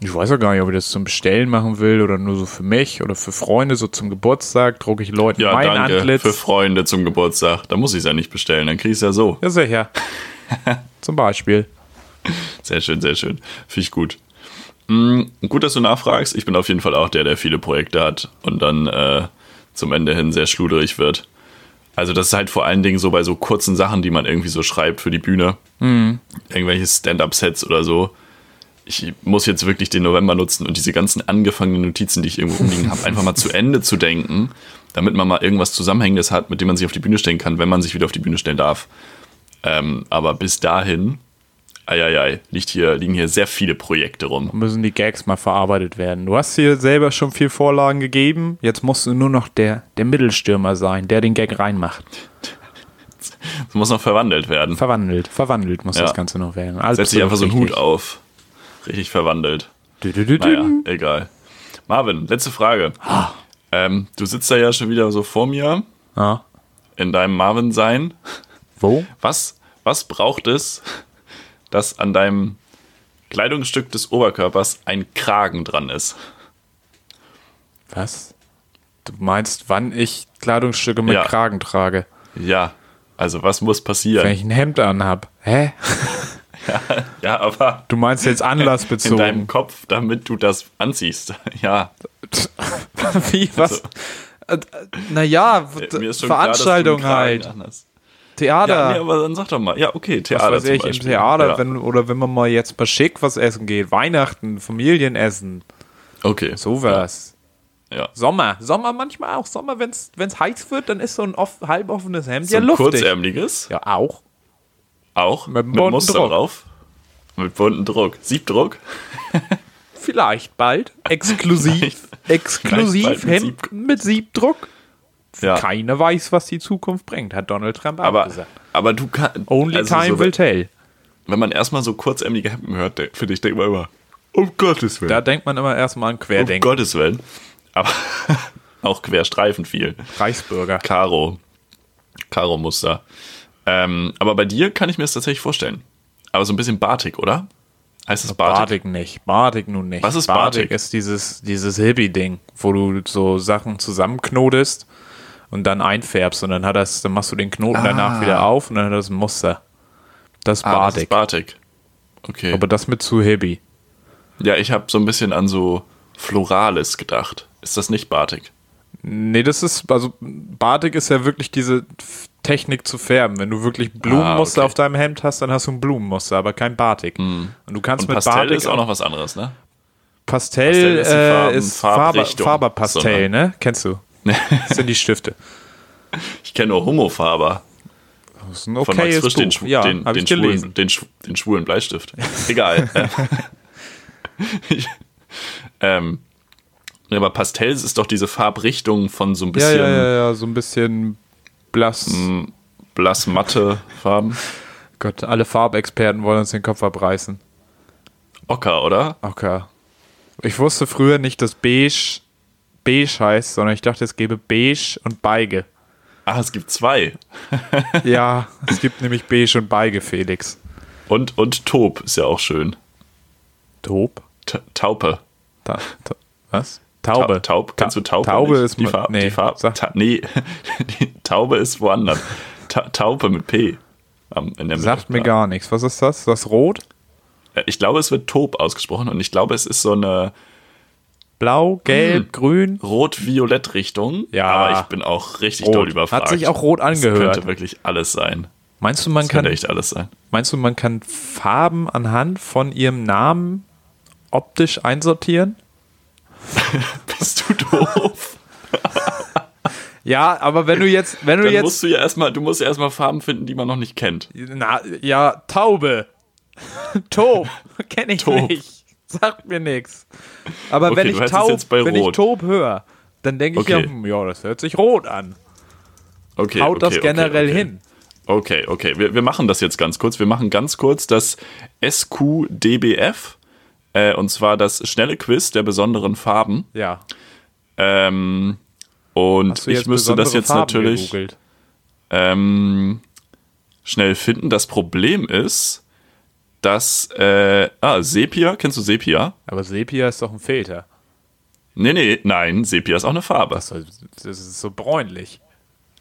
[SPEAKER 1] Ich weiß ja gar nicht, ob ich das zum Bestellen machen will oder nur so für mich oder für Freunde. So zum Geburtstag drucke ich Leuten
[SPEAKER 2] Ja,
[SPEAKER 1] mein
[SPEAKER 2] danke
[SPEAKER 1] Antlitz.
[SPEAKER 2] für Freunde zum Geburtstag. Da muss ich es ja nicht bestellen, dann kriegst du ja so.
[SPEAKER 1] Ja, sicher.
[SPEAKER 2] [laughs]
[SPEAKER 1] Zum Beispiel.
[SPEAKER 2] Sehr schön, sehr schön. Finde ich gut. Mm, gut, dass du nachfragst. Ich bin auf jeden Fall auch der, der viele Projekte hat und dann äh, zum Ende hin sehr schluderig wird. Also das ist halt vor allen Dingen so bei so kurzen Sachen, die man irgendwie so schreibt für die Bühne. Irgendwelche Stand-up-Sets oder so. Ich muss jetzt wirklich den November nutzen und diese ganzen angefangenen Notizen, die ich irgendwo rumliegen habe, einfach mal zu Ende zu denken, damit man mal irgendwas Zusammenhängendes hat, mit dem man sich auf die Bühne stellen kann, wenn man sich wieder auf die Bühne stellen darf. Ähm, aber bis dahin, eieiei, liegt hier, liegen hier sehr viele Projekte rum.
[SPEAKER 1] Müssen die Gags mal verarbeitet werden. Du hast hier selber schon viel Vorlagen gegeben. Jetzt musst du nur noch der, der Mittelstürmer sein, der den Gag reinmacht.
[SPEAKER 2] Es muss noch verwandelt werden.
[SPEAKER 1] Verwandelt, verwandelt muss
[SPEAKER 2] Ja.
[SPEAKER 1] das Ganze noch werden. Also
[SPEAKER 2] Setzt sich einfach so einen Hut auf. Richtig verwandelt. Naja, egal. Marvin, letzte Frage.
[SPEAKER 1] Ah.
[SPEAKER 2] Ähm, du sitzt da ja schon wieder so vor mir
[SPEAKER 1] Ja.
[SPEAKER 2] in deinem Marvin-Sein.
[SPEAKER 1] Wo?
[SPEAKER 2] Was, was braucht es, dass an deinem Kleidungsstück des Oberkörpers ein Kragen dran ist?
[SPEAKER 1] Was? Du meinst, wann ich Kleidungsstücke mit
[SPEAKER 2] Ja.
[SPEAKER 1] Kragen trage?
[SPEAKER 2] Ja, also was muss
[SPEAKER 1] Wenn
[SPEAKER 2] passieren?
[SPEAKER 1] ich ein Hemd anhab. Hä?
[SPEAKER 2] Ja, aber
[SPEAKER 1] Du meinst
[SPEAKER 2] [laughs]
[SPEAKER 1] jetzt
[SPEAKER 2] in deinem
[SPEAKER 1] anlassbezogen.
[SPEAKER 2] Kopf, damit du das anziehst. [laughs] Ja,
[SPEAKER 1] [laughs] Wie, was? Äh, Naja,
[SPEAKER 2] Also, mir ist schon klar, dass du einen
[SPEAKER 1] Veranstaltung
[SPEAKER 2] Kragen
[SPEAKER 1] halt.
[SPEAKER 2] anhast.
[SPEAKER 1] Theater.
[SPEAKER 2] Ja, nee, aber dann sag doch mal. Ja, okay, Theater.
[SPEAKER 1] was weiß
[SPEAKER 2] zum
[SPEAKER 1] ich, im
[SPEAKER 2] Beispiel.
[SPEAKER 1] Theater,
[SPEAKER 2] ja.
[SPEAKER 1] wenn, oder wenn man mal jetzt bei Schick was essen geht, Weihnachten, Familienessen,
[SPEAKER 2] Okay.
[SPEAKER 1] sowas.
[SPEAKER 2] Ja.
[SPEAKER 1] Sommer, Sommer manchmal auch, Sommer, wenn es heiß wird, dann ist so ein off, halboffenes Hemd
[SPEAKER 2] So
[SPEAKER 1] ja
[SPEAKER 2] ein
[SPEAKER 1] luftig.
[SPEAKER 2] kurzärmeliges.
[SPEAKER 1] Ja, auch.
[SPEAKER 2] Auch.
[SPEAKER 1] Mit
[SPEAKER 2] Mit,
[SPEAKER 1] bunten
[SPEAKER 2] Muster
[SPEAKER 1] Druck.
[SPEAKER 2] drauf. Mit bunten Druck. Siebdruck.
[SPEAKER 1] Vielleicht
[SPEAKER 2] [laughs]
[SPEAKER 1] bald. Exklusiv. exklusiv
[SPEAKER 2] vielleicht bald mit
[SPEAKER 1] Hemd mit Siebdruck.
[SPEAKER 2] Ja.
[SPEAKER 1] Keiner weiß, was die Zukunft bringt, hat Donald Trump auch
[SPEAKER 2] Aber, also
[SPEAKER 1] gesagt.
[SPEAKER 2] aber du kannst.
[SPEAKER 1] Only time will tell.
[SPEAKER 2] Wenn man erstmal so kurzärmelige Hemden hört, de- finde ich, denkt man immer, um Gottes Willen.
[SPEAKER 1] Da denkt man immer erstmal an
[SPEAKER 2] um
[SPEAKER 1] Querdenken.
[SPEAKER 2] Gottes Willen. Aber [laughs] auch Querstreifen viel.
[SPEAKER 1] Reichsbürger.
[SPEAKER 2] Karo. Karo-Muster. Ähm, aber bei dir kann ich mir das tatsächlich vorstellen. Aber so ein bisschen Batik, oder? Heißt es Batik?
[SPEAKER 1] Bartik nicht. Bartik nun nicht.
[SPEAKER 2] Was ist Batik?
[SPEAKER 1] ist dieses, dieses Hippie-Ding, wo du so Sachen zusammenknotest und dann einfärbst und dann hat das, dann machst du den Knoten danach wieder auf und dann hat das ein Muster. Das ist
[SPEAKER 2] Ah, das ist
[SPEAKER 1] Bartik.
[SPEAKER 2] Batik. Okay.
[SPEAKER 1] Aber das mit zu Hippie.
[SPEAKER 2] ja, ich habe so ein bisschen an so Florales gedacht. Ist das nicht Batik?
[SPEAKER 1] Nee, das ist, also Batik ist ja wirklich diese F- Technik zu färben. Wenn du wirklich Blumenmuster
[SPEAKER 2] Ah, okay. Hm.
[SPEAKER 1] auf deinem Hemd hast, dann hast du ein Blumenmuster, aber kein Batik. Und du kannst
[SPEAKER 2] Und
[SPEAKER 1] mit
[SPEAKER 2] Pastell
[SPEAKER 1] Batik
[SPEAKER 2] ist auch noch was anderes, ne?
[SPEAKER 1] Pastell,
[SPEAKER 2] Pastell ist die Farben-
[SPEAKER 1] äh, ist Farbe,
[SPEAKER 2] Farbrichtung.
[SPEAKER 1] Faberpastell,
[SPEAKER 2] So,
[SPEAKER 1] ne? Kennst
[SPEAKER 2] [laughs]
[SPEAKER 1] du? Das sind die Stifte.
[SPEAKER 2] Ich kenne nur Homofaber
[SPEAKER 1] Das ist ein
[SPEAKER 2] von
[SPEAKER 1] okayes
[SPEAKER 2] Max Frisch, den,
[SPEAKER 1] Buch.
[SPEAKER 2] Schw-
[SPEAKER 1] ja,
[SPEAKER 2] den,
[SPEAKER 1] hab
[SPEAKER 2] den,
[SPEAKER 1] ich gelesen.
[SPEAKER 2] schwulen, den, Schw- den schwulen
[SPEAKER 1] [laughs]
[SPEAKER 2] Bleistift. Egal. ne? Ich- [laughs] ähm, ja, aber Pastell ist doch diese Farbrichtung von so ein
[SPEAKER 1] Ja,
[SPEAKER 2] bisschen Mm.
[SPEAKER 1] ja, ja, ja, so ein bisschen blass.
[SPEAKER 2] blass-matte Farben.
[SPEAKER 1] Gott, alle Farbexperten wollen uns den Kopf abreißen.
[SPEAKER 2] Ocker, oder?
[SPEAKER 1] Okay. Ich wusste früher nicht, dass beige beige heißt, sondern ich dachte, es gäbe beige und
[SPEAKER 2] [laughs]
[SPEAKER 1] beige.
[SPEAKER 2] Ah, es gibt zwei.
[SPEAKER 1] Ja, es gibt nämlich beige und beige, Felix.
[SPEAKER 2] Und, und Taub ist ja auch schön.
[SPEAKER 1] Taub?
[SPEAKER 2] Ta- Taupe.
[SPEAKER 1] Ta ta was? Taube.
[SPEAKER 2] Ta taub. Kennst du Taube?
[SPEAKER 1] Taube
[SPEAKER 2] nicht?
[SPEAKER 1] ist
[SPEAKER 2] die
[SPEAKER 1] ma-
[SPEAKER 2] Farbe.
[SPEAKER 1] nee,
[SPEAKER 2] die Farb,
[SPEAKER 1] sag-
[SPEAKER 2] ta nee. [laughs] die Taube ist woanders. Ta Taupe mit P. am- In der Mitte.
[SPEAKER 1] Sagt mir gar nichts. Was ist das? Ist das rot?
[SPEAKER 2] Äh, Ich glaube, es wird Taub ausgesprochen und ich glaube, es ist so eine
[SPEAKER 1] Blau, gelb,
[SPEAKER 2] Hm.
[SPEAKER 1] grün?
[SPEAKER 2] Rot-Violett-Richtung.
[SPEAKER 1] Ja.
[SPEAKER 2] Aber ich bin auch richtig
[SPEAKER 1] Rot.
[SPEAKER 2] doll überfragt.
[SPEAKER 1] Hat sich auch rot
[SPEAKER 2] Das
[SPEAKER 1] angehört.
[SPEAKER 2] könnte wirklich alles sein.
[SPEAKER 1] Meinst du, man
[SPEAKER 2] Das könnte
[SPEAKER 1] kann
[SPEAKER 2] echt alles sein. [laughs]
[SPEAKER 1] Meinst du, man kann Farben anhand von ihrem Namen optisch einsortieren?
[SPEAKER 2] Bist du doof?
[SPEAKER 1] Ja, aber wenn du jetzt, wenn du
[SPEAKER 2] Dann
[SPEAKER 1] jetzt,
[SPEAKER 2] musst du ja erstmal, du musst ja erstmal Farben finden, die man noch nicht kennt.
[SPEAKER 1] na, ja, Taube, [laughs] Taub, kenne ich
[SPEAKER 2] Taub.
[SPEAKER 1] nicht, sagt mir nichts. Aber
[SPEAKER 2] Okay,
[SPEAKER 1] wenn
[SPEAKER 2] du
[SPEAKER 1] ich
[SPEAKER 2] hättest
[SPEAKER 1] Taub,
[SPEAKER 2] jetzt bei
[SPEAKER 1] wenn
[SPEAKER 2] Rot.
[SPEAKER 1] ich Taub höre, dann denke ich ja,
[SPEAKER 2] Okay.
[SPEAKER 1] hm, ja, das hört sich rot an.
[SPEAKER 2] Okay.
[SPEAKER 1] Haut
[SPEAKER 2] okay,
[SPEAKER 1] das generell
[SPEAKER 2] okay, okay.
[SPEAKER 1] hin.
[SPEAKER 2] Okay, okay. Wir, wir machen das jetzt ganz kurz. Wir machen ganz kurz das SQDBF. Äh, und zwar das schnelle Quiz der besonderen Farben.
[SPEAKER 1] Ja.
[SPEAKER 2] Ähm, und ich müsste das
[SPEAKER 1] besondere
[SPEAKER 2] jetzt
[SPEAKER 1] Farben
[SPEAKER 2] natürlich
[SPEAKER 1] gegoogelt?
[SPEAKER 2] ähm, schnell finden. Das Problem ist, dass. Äh, ah, Sepia. Kennst du Sepia?
[SPEAKER 1] Aber Sepia ist doch ein Filter.
[SPEAKER 2] Nee, nee, nein. Sepia ist auch eine Farbe.
[SPEAKER 1] Das soll- das ist so bräunlich.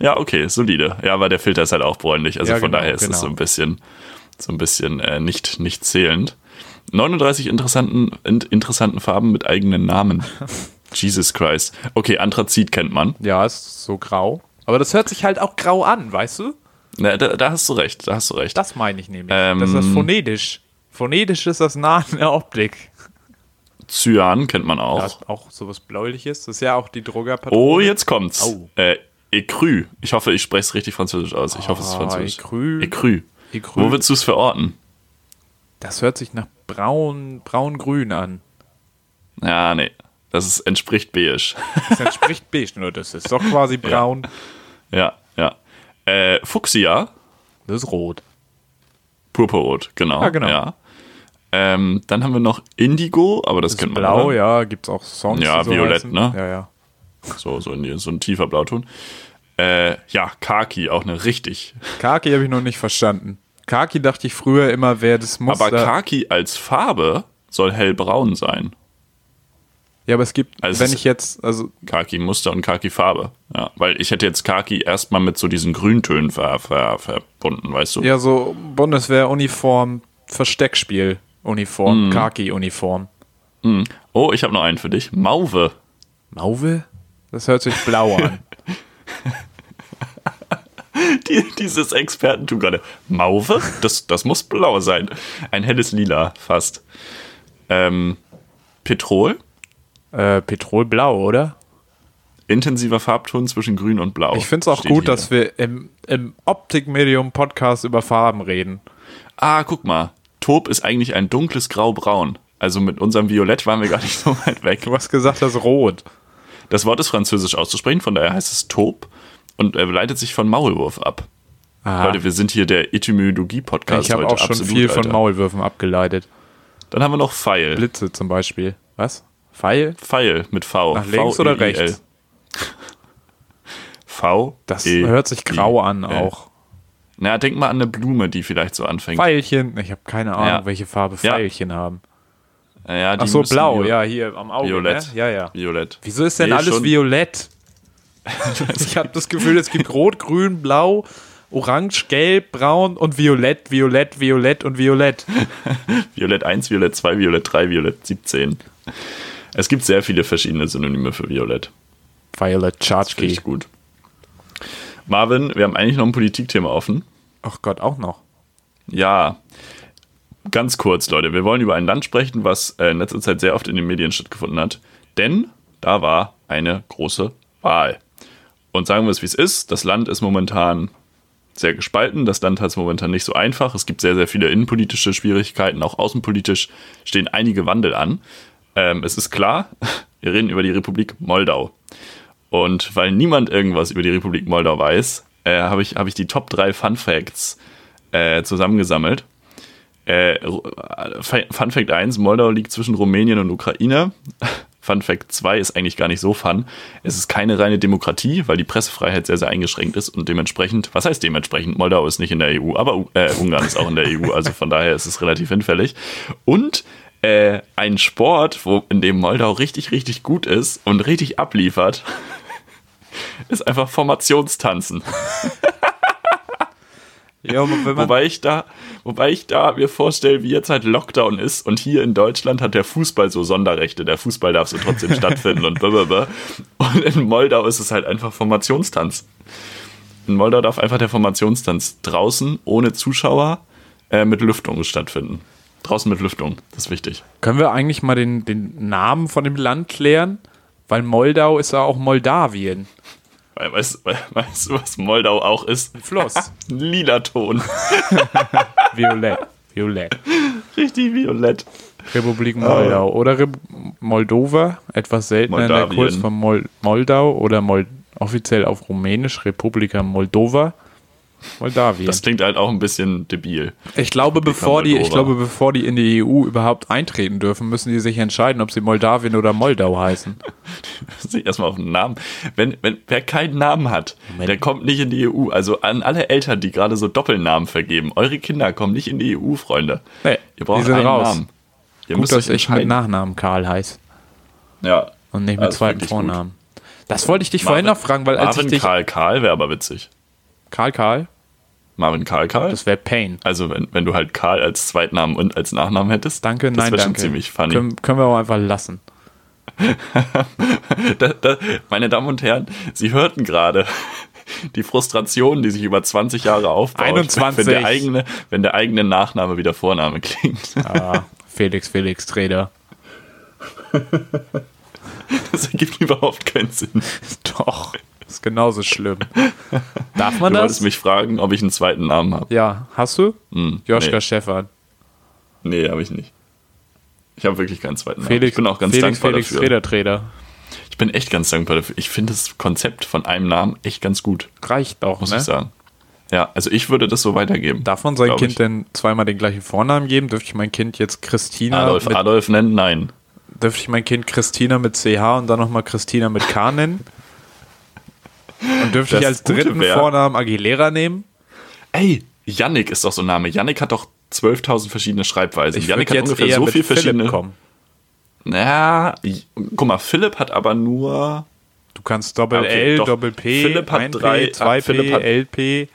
[SPEAKER 2] Ja, okay, solide. Ja, aber der Filter ist halt auch bräunlich. Also
[SPEAKER 1] Ja,
[SPEAKER 2] von
[SPEAKER 1] genau,
[SPEAKER 2] daher ist
[SPEAKER 1] genau.
[SPEAKER 2] es so ein bisschen, so ein bisschen äh, nicht, nicht zählend. 39 interessanten, in, interessanten Farben mit
[SPEAKER 1] [laughs]
[SPEAKER 2] eigenen Namen. Jesus Christ. Okay, Anthrazit kennt man.
[SPEAKER 1] Ja, ist so grau. Aber das hört sich halt auch grau an, weißt du?
[SPEAKER 2] Na, da, da hast du recht, da hast du recht.
[SPEAKER 1] Das meine ich nämlich.
[SPEAKER 2] Ähm.
[SPEAKER 1] das ist das phonetisch. Phonetisch ist das nah an der Optik.
[SPEAKER 2] Cyan kennt man
[SPEAKER 1] Da
[SPEAKER 2] auch.
[SPEAKER 1] ist auch sowas Bläuliches. Das ist ja auch die Druckerpatrone.
[SPEAKER 2] Oh, jetzt kommt's.
[SPEAKER 1] Au.
[SPEAKER 2] Äh, Ecru. Ich hoffe, ich spreche es richtig französisch aus. Ich hoffe, es ist
[SPEAKER 1] Ah,
[SPEAKER 2] französisch.
[SPEAKER 1] Écru.
[SPEAKER 2] Ecru.
[SPEAKER 1] Écru.
[SPEAKER 2] Oh. Wo würdest du es verorten?
[SPEAKER 1] Das hört sich nach braun, braun-grün an.
[SPEAKER 2] Ja, nee. Das ist, entspricht beige.
[SPEAKER 1] Das entspricht [laughs] beige. Nur das ist doch quasi braun.
[SPEAKER 2] ja, ja. Äh, Fuchsia
[SPEAKER 1] Das ist rot.
[SPEAKER 2] Purpurrot, genau.
[SPEAKER 1] Ja, genau.
[SPEAKER 2] Ja. Ähm, dann haben wir noch Indigo, aber das, kennt man
[SPEAKER 1] Blau,
[SPEAKER 2] oder?
[SPEAKER 1] ja. Gibt's auch Songs.
[SPEAKER 2] Ja,
[SPEAKER 1] die so
[SPEAKER 2] violett,
[SPEAKER 1] heißen.
[SPEAKER 2] ne?
[SPEAKER 1] Ja, ja.
[SPEAKER 2] So, so, in, so ein tiefer Blauton. Äh, ja, Khaki, auch eine richtig.
[SPEAKER 1] Kaki habe ich noch nicht verstanden. Kaki dachte ich früher immer, wäre das äh, Muster.
[SPEAKER 2] Aber Khaki als Farbe soll hellbraun sein.
[SPEAKER 1] ja, aber es gibt,
[SPEAKER 2] Also
[SPEAKER 1] wenn
[SPEAKER 2] es-
[SPEAKER 1] ich jetzt, also
[SPEAKER 2] Khaki-Muster und Khaki-Farbe. Ja, weil ich hätte jetzt Khaki erstmal mit so diesen Grüntönen ver, ver, verbunden, weißt du?
[SPEAKER 1] Ja, so Bundeswehruniform, Versteckspiel, Uniform,
[SPEAKER 2] Mhm.
[SPEAKER 1] Khaki-Uniform.
[SPEAKER 2] Hm. Oh, ich habe noch einen für dich. Mauve. [laughs]
[SPEAKER 1] Mauve? Das hört sich blau an.
[SPEAKER 2] Die, dieses Expertentum gerade. Mauve? Das, das muss blau sein. Ein helles Lila, fast. Ähm, Petrol?
[SPEAKER 1] Äh, Petrolblau, oder?
[SPEAKER 2] Intensiver Farbton zwischen grün und blau.
[SPEAKER 1] Ich finde es auch
[SPEAKER 2] steht
[SPEAKER 1] gut,
[SPEAKER 2] hier.
[SPEAKER 1] dass wir im, im Optikmedium-Podcast über Farben reden.
[SPEAKER 2] Ah, guck mal. Taub ist eigentlich ein dunkles Graubraun. Also mit unserem Violett waren wir gar nicht [laughs] so weit weg.
[SPEAKER 1] Du hast gesagt, das ist rot.
[SPEAKER 2] Das Wort ist französisch auszusprechen, von daher heißt es Taub und äh, leitet sich von Maulwurf ab. Leute, wir sind hier der Etymologie-Podcast
[SPEAKER 1] Ah. ich habe
[SPEAKER 2] heute,
[SPEAKER 1] auch schon
[SPEAKER 2] absolut,
[SPEAKER 1] viel von
[SPEAKER 2] Alter.
[SPEAKER 1] Maulwürfen abgeleitet.
[SPEAKER 2] Dann haben wir noch Pfeil.
[SPEAKER 1] Blitze zum Beispiel. Was? Pfeil?
[SPEAKER 2] Pfeil mit V.
[SPEAKER 1] Nach links
[SPEAKER 2] V-E-I-L.
[SPEAKER 1] oder rechts?
[SPEAKER 2] [laughs] V.
[SPEAKER 1] Das
[SPEAKER 2] E
[SPEAKER 1] hört sich grau an
[SPEAKER 2] I L.
[SPEAKER 1] auch.
[SPEAKER 2] Na, denk mal an eine Blume, die vielleicht so anfängt.
[SPEAKER 1] Pfeilchen. Ich habe keine Ahnung,
[SPEAKER 2] Ja.
[SPEAKER 1] welche Farbe
[SPEAKER 2] Ja.
[SPEAKER 1] Pfeilchen haben.
[SPEAKER 2] Ja, die
[SPEAKER 1] Ach so,
[SPEAKER 2] müssen
[SPEAKER 1] blau.
[SPEAKER 2] vio-
[SPEAKER 1] Ja, hier am Auge.
[SPEAKER 2] Violett.
[SPEAKER 1] Ne? Ja, ja.
[SPEAKER 2] Violett.
[SPEAKER 1] Wieso ist denn
[SPEAKER 2] Nee,
[SPEAKER 1] alles
[SPEAKER 2] schon.
[SPEAKER 1] violett? [laughs] ich habe das Gefühl, es gibt rot, grün, blau, orange, gelb, braun und violett, violett, violett und violett.
[SPEAKER 2] Violett 1, Violett 2, Violett 3, Violett 17. Es gibt sehr viele verschiedene Synonyme für Violett.
[SPEAKER 1] Violet
[SPEAKER 2] Finde
[SPEAKER 1] Charge
[SPEAKER 2] ich gut. Marvin, wir haben eigentlich noch ein Politikthema offen.
[SPEAKER 1] Ach Gott, auch noch.
[SPEAKER 2] Ja, ganz kurz, Leute. Wir wollen über ein Land sprechen, was äh, in letzter Zeit sehr oft in den Medien stattgefunden hat. Denn da war eine große Wahl. Und sagen wir es, wie es ist. Das Land ist momentan sehr gespalten. Das Land hat es momentan nicht so einfach. Es gibt sehr, sehr viele innenpolitische Schwierigkeiten. Auch außenpolitisch stehen einige Wandel an. Ähm, es ist klar, [laughs] wir reden über die Republik Moldau. Und weil niemand irgendwas über die Republik Moldau weiß, äh, habe ich, hab ich die Top 3 Fun Facts äh, zusammengesammelt. Äh, Ru- Fe- Fun Fact 1, Moldau liegt zwischen Rumänien und Ukraine. [laughs] Fun Fact 2 ist eigentlich gar nicht so fun. Es ist keine reine Demokratie, weil die Pressefreiheit sehr, sehr eingeschränkt ist und dementsprechend, was heißt dementsprechend? Moldau ist nicht in der EU, aber U- äh, Ungarn ist auch in der EU, also von daher ist es relativ hinfällig. Und äh, ein Sport, wo, in dem Moldau richtig, richtig gut ist und richtig abliefert, [laughs] ist einfach Formationstanzen.
[SPEAKER 1] Ja, aber wenn man,
[SPEAKER 2] Wobei ich da, wobei ich da mir vorstelle, wie jetzt halt Lockdown ist und hier in Deutschland hat der Fußball so Sonderrechte. Der Fußball darf so trotzdem stattfinden und blablabla. Und in Moldau ist es halt einfach Formationstanz. In Moldau darf einfach der Formationstanz draußen ohne Zuschauer äh, mit Lüftung stattfinden. Draußen mit Lüftung, das ist wichtig.
[SPEAKER 1] können wir eigentlich mal den, den Namen von dem Land klären? Weil Moldau ist ja auch Moldawien.
[SPEAKER 2] Weil, weißt, weil, weißt du, was Moldau auch ist?
[SPEAKER 1] Fluss.
[SPEAKER 2] Ein [laughs] Lila Ton.
[SPEAKER 1] Violett. Violett.
[SPEAKER 2] Richtig violett.
[SPEAKER 1] Republik
[SPEAKER 2] Äh,
[SPEAKER 1] Moldau oder Re Moldova, etwas seltener der
[SPEAKER 2] Moldawien.
[SPEAKER 1] Kurs von Mol Moldau oder Mol offiziell auf Rumänisch Republika Moldova. Moldawien.
[SPEAKER 2] Das klingt halt auch ein bisschen debil.
[SPEAKER 1] ich glaube, bevor die, ich
[SPEAKER 2] Moldova.
[SPEAKER 1] glaube, bevor die in die EU überhaupt eintreten dürfen, müssen die sich entscheiden, ob sie Moldawien oder Moldau heißen.
[SPEAKER 2] sich erstmal auf den Namen. Wenn, wenn, wer keinen Namen hat, der kommt nicht in die EU. Also an alle Eltern, die gerade so Doppelnamen vergeben. Eure Kinder kommen nicht in die EU, Freunde.
[SPEAKER 1] Nee,
[SPEAKER 2] Ihr braucht
[SPEAKER 1] die sind
[SPEAKER 2] einen
[SPEAKER 1] raus.
[SPEAKER 2] Namen. Ihr
[SPEAKER 1] Gut,
[SPEAKER 2] müsst
[SPEAKER 1] dass
[SPEAKER 2] euch
[SPEAKER 1] ich mit
[SPEAKER 2] entscheiden.
[SPEAKER 1] Nachnamen Karl heiße
[SPEAKER 2] ja.
[SPEAKER 1] und nicht
[SPEAKER 2] Ja,
[SPEAKER 1] mit
[SPEAKER 2] ist
[SPEAKER 1] zweiten
[SPEAKER 2] wirklich gut.
[SPEAKER 1] Vornamen. Das wollte ich dich vorhin noch fragen, weil als
[SPEAKER 2] Marvin
[SPEAKER 1] ich dich
[SPEAKER 2] Karl Karl wäre aber witzig.
[SPEAKER 1] Karl Karl,
[SPEAKER 2] Marvin Karl Karl.
[SPEAKER 1] das wäre Pain.
[SPEAKER 2] also wenn, wenn du halt Karl als Zweitnamen und als Nachnamen hättest.
[SPEAKER 1] Danke,
[SPEAKER 2] das
[SPEAKER 1] nein,
[SPEAKER 2] wär
[SPEAKER 1] danke.
[SPEAKER 2] schon ziemlich funny.
[SPEAKER 1] Können, können wir auch einfach lassen.
[SPEAKER 2] Da, da, meine Damen und Herren, Sie hörten gerade [laughs] die Frustration, die sich über 20 Jahre aufbaut,
[SPEAKER 1] 21.
[SPEAKER 2] Wenn, der eigene, wenn der eigene Nachname wieder Vorname klingt. [laughs]
[SPEAKER 1] Ah, [laughs] Felix Felix Träder.
[SPEAKER 2] Das ergibt überhaupt keinen Sinn.
[SPEAKER 1] [laughs] Doch, ist genauso schlimm. Darf man
[SPEAKER 2] Du
[SPEAKER 1] das?
[SPEAKER 2] wolltest mich fragen, ob ich einen zweiten Namen habe.
[SPEAKER 1] ja, hast du? Joschka
[SPEAKER 2] nee.
[SPEAKER 1] Stefan.
[SPEAKER 2] Nee, habe ich nicht. Ich habe wirklich keinen zweiten Namen.
[SPEAKER 1] Felix,
[SPEAKER 2] ich bin auch ganz
[SPEAKER 1] Felix,
[SPEAKER 2] dankbar
[SPEAKER 1] Felix
[SPEAKER 2] dafür.
[SPEAKER 1] Trederträder.
[SPEAKER 2] Ich bin echt ganz dankbar dafür. Ich finde das Konzept von einem Namen echt ganz gut,
[SPEAKER 1] Reicht auch,
[SPEAKER 2] muss
[SPEAKER 1] ne?
[SPEAKER 2] ich sagen. Ja, also ich würde das so weitergeben.
[SPEAKER 1] Darf man sein
[SPEAKER 2] Glaub
[SPEAKER 1] Kind
[SPEAKER 2] ich.
[SPEAKER 1] denn zweimal den gleichen Vornamen geben? Dürfte ich mein Kind jetzt Christina
[SPEAKER 2] Adolf,
[SPEAKER 1] mit,
[SPEAKER 2] Adolf nennen? Nein.
[SPEAKER 1] dürfte ich mein Kind Christina mit CH und dann nochmal Christina mit K nennen? Und dürfte
[SPEAKER 2] Das
[SPEAKER 1] ich als
[SPEAKER 2] Gute
[SPEAKER 1] dritten
[SPEAKER 2] wär-
[SPEAKER 1] Vornamen Aguilera nehmen?
[SPEAKER 2] Ey, Yannick ist doch so ein Name. Yannick hat doch 12.000 verschiedene Schreibweisen.
[SPEAKER 1] Ich
[SPEAKER 2] Yannick
[SPEAKER 1] würde
[SPEAKER 2] hat
[SPEAKER 1] jetzt
[SPEAKER 2] ungefähr
[SPEAKER 1] eher
[SPEAKER 2] so
[SPEAKER 1] mit
[SPEAKER 2] viel
[SPEAKER 1] Philipp
[SPEAKER 2] verschiedene.
[SPEAKER 1] kommen.
[SPEAKER 2] Na, j- guck mal, Philipp hat aber nur
[SPEAKER 1] Du kannst Doppel
[SPEAKER 2] Okay,
[SPEAKER 1] L,
[SPEAKER 2] doch.
[SPEAKER 1] Doppel P,
[SPEAKER 2] Philipp hat
[SPEAKER 1] 1P,
[SPEAKER 2] drei- ah,
[SPEAKER 1] 2P,
[SPEAKER 2] Philipp hat-
[SPEAKER 1] LP.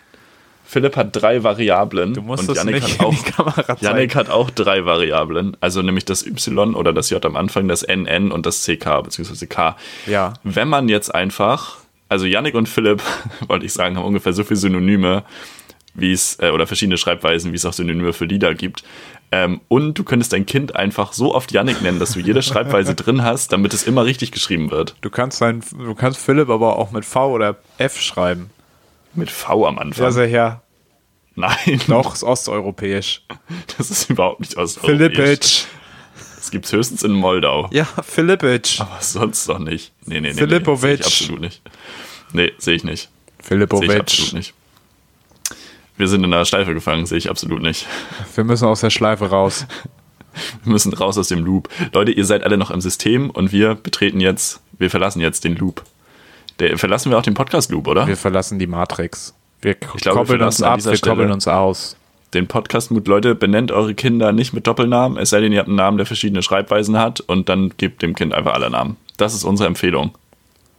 [SPEAKER 2] Philipp hat drei Variablen.
[SPEAKER 1] Du musst
[SPEAKER 2] und
[SPEAKER 1] das
[SPEAKER 2] Yannick
[SPEAKER 1] nicht
[SPEAKER 2] hat
[SPEAKER 1] in
[SPEAKER 2] auch,
[SPEAKER 1] die Kamera zeigen.
[SPEAKER 2] Yannick hat auch drei Variablen, also nämlich das Y oder das J am Anfang, das NN und das CK bzw. K.
[SPEAKER 1] Ja.
[SPEAKER 2] Wenn man jetzt einfach also Yannick und Philipp, [laughs] wollte ich sagen, haben ungefähr so viele Synonyme, wie es, äh, oder verschiedene Schreibweisen, wie es auch Synonyme für Lieder gibt. Ähm, und du könntest dein Kind einfach so oft Yannick nennen, dass
[SPEAKER 1] [laughs]
[SPEAKER 2] du jede Schreibweise drin hast, damit es immer richtig geschrieben wird.
[SPEAKER 1] Du kannst, dein, du kannst Philipp aber auch mit V oder F schreiben.
[SPEAKER 2] Mit V am
[SPEAKER 1] Ja,
[SPEAKER 2] Anfang.
[SPEAKER 1] sehr her.
[SPEAKER 2] Nein,
[SPEAKER 1] Noch ist osteuropäisch.
[SPEAKER 2] [laughs] das ist überhaupt nicht aus.
[SPEAKER 1] Philippic.
[SPEAKER 2] Das gibt es höchstens in Moldau.
[SPEAKER 1] Ja, Philippic.
[SPEAKER 2] Aber sonst doch nicht. Nee, nee, nee.
[SPEAKER 1] Filipovic.
[SPEAKER 2] Nee, seh ich absolut nicht. Nee, sehe ich nicht. Sehe ich absolut
[SPEAKER 1] Philippovic.
[SPEAKER 2] nicht. Wir sind in einer Steife gefangen, sehe ich absolut nicht.
[SPEAKER 1] Wir müssen aus der Schleife raus.
[SPEAKER 2] Wir müssen raus aus dem Loop. Leute, ihr seid alle noch im System und wir betreten jetzt, wir verlassen jetzt den Loop. Der, verlassen wir auch den Podcast-Loop, oder?
[SPEAKER 1] Wir verlassen die Matrix. Wir
[SPEAKER 2] glaube, wir
[SPEAKER 1] koppeln uns
[SPEAKER 2] verlassen an
[SPEAKER 1] ab,
[SPEAKER 2] dieser
[SPEAKER 1] wir koppeln
[SPEAKER 2] Stelle-
[SPEAKER 1] uns aus.
[SPEAKER 2] den Podcast-Mut. Leute, benennt eure Kinder nicht mit Doppelnamen, es sei denn, ihr habt einen Namen, der verschiedene Schreibweisen hat und dann gebt dem Kind einfach alle Namen. Das ist unsere Empfehlung.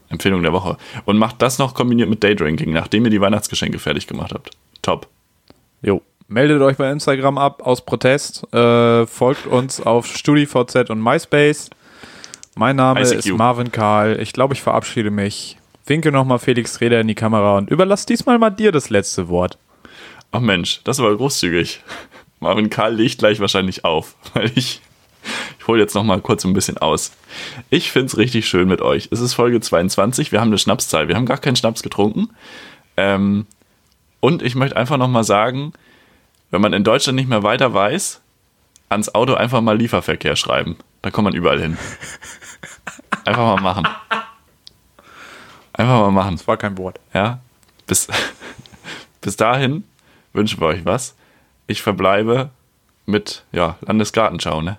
[SPEAKER 2] Empfehlung der Woche. Und macht das noch kombiniert mit Daydrinking, nachdem ihr die Weihnachtsgeschenke fertig gemacht habt. Top.
[SPEAKER 1] Jo. Meldet euch bei Instagram ab aus Protest. Äh, folgt uns auf StudiVZ und MySpace. Mein Name
[SPEAKER 2] ICQ.
[SPEAKER 1] ist Marvin Karl. Ich glaube, ich verabschiede mich. Winke nochmal Felix Reder in die Kamera und überlass diesmal mal dir das letzte Wort.
[SPEAKER 2] Ach Mensch, das war großzügig. [laughs] Marvin Karl legt gleich wahrscheinlich auf, [laughs] weil ich. Ich hole jetzt noch mal kurz ein bisschen aus. Ich find's richtig schön mit euch. Es ist Folge 22. Wir haben eine Schnapszahl. Wir haben gar keinen Schnaps getrunken. Ähm, und ich möchte einfach noch mal sagen, wenn man in Deutschland nicht mehr weiter weiß, ans Auto einfach mal Lieferverkehr schreiben. Da kommt man überall hin. Einfach mal machen. Einfach mal machen.
[SPEAKER 1] War kein Wort.
[SPEAKER 2] Ja, bis, [laughs] bis dahin wünschen wir euch was. Ich verbleibe mit ja, Landesgartenschau, ne?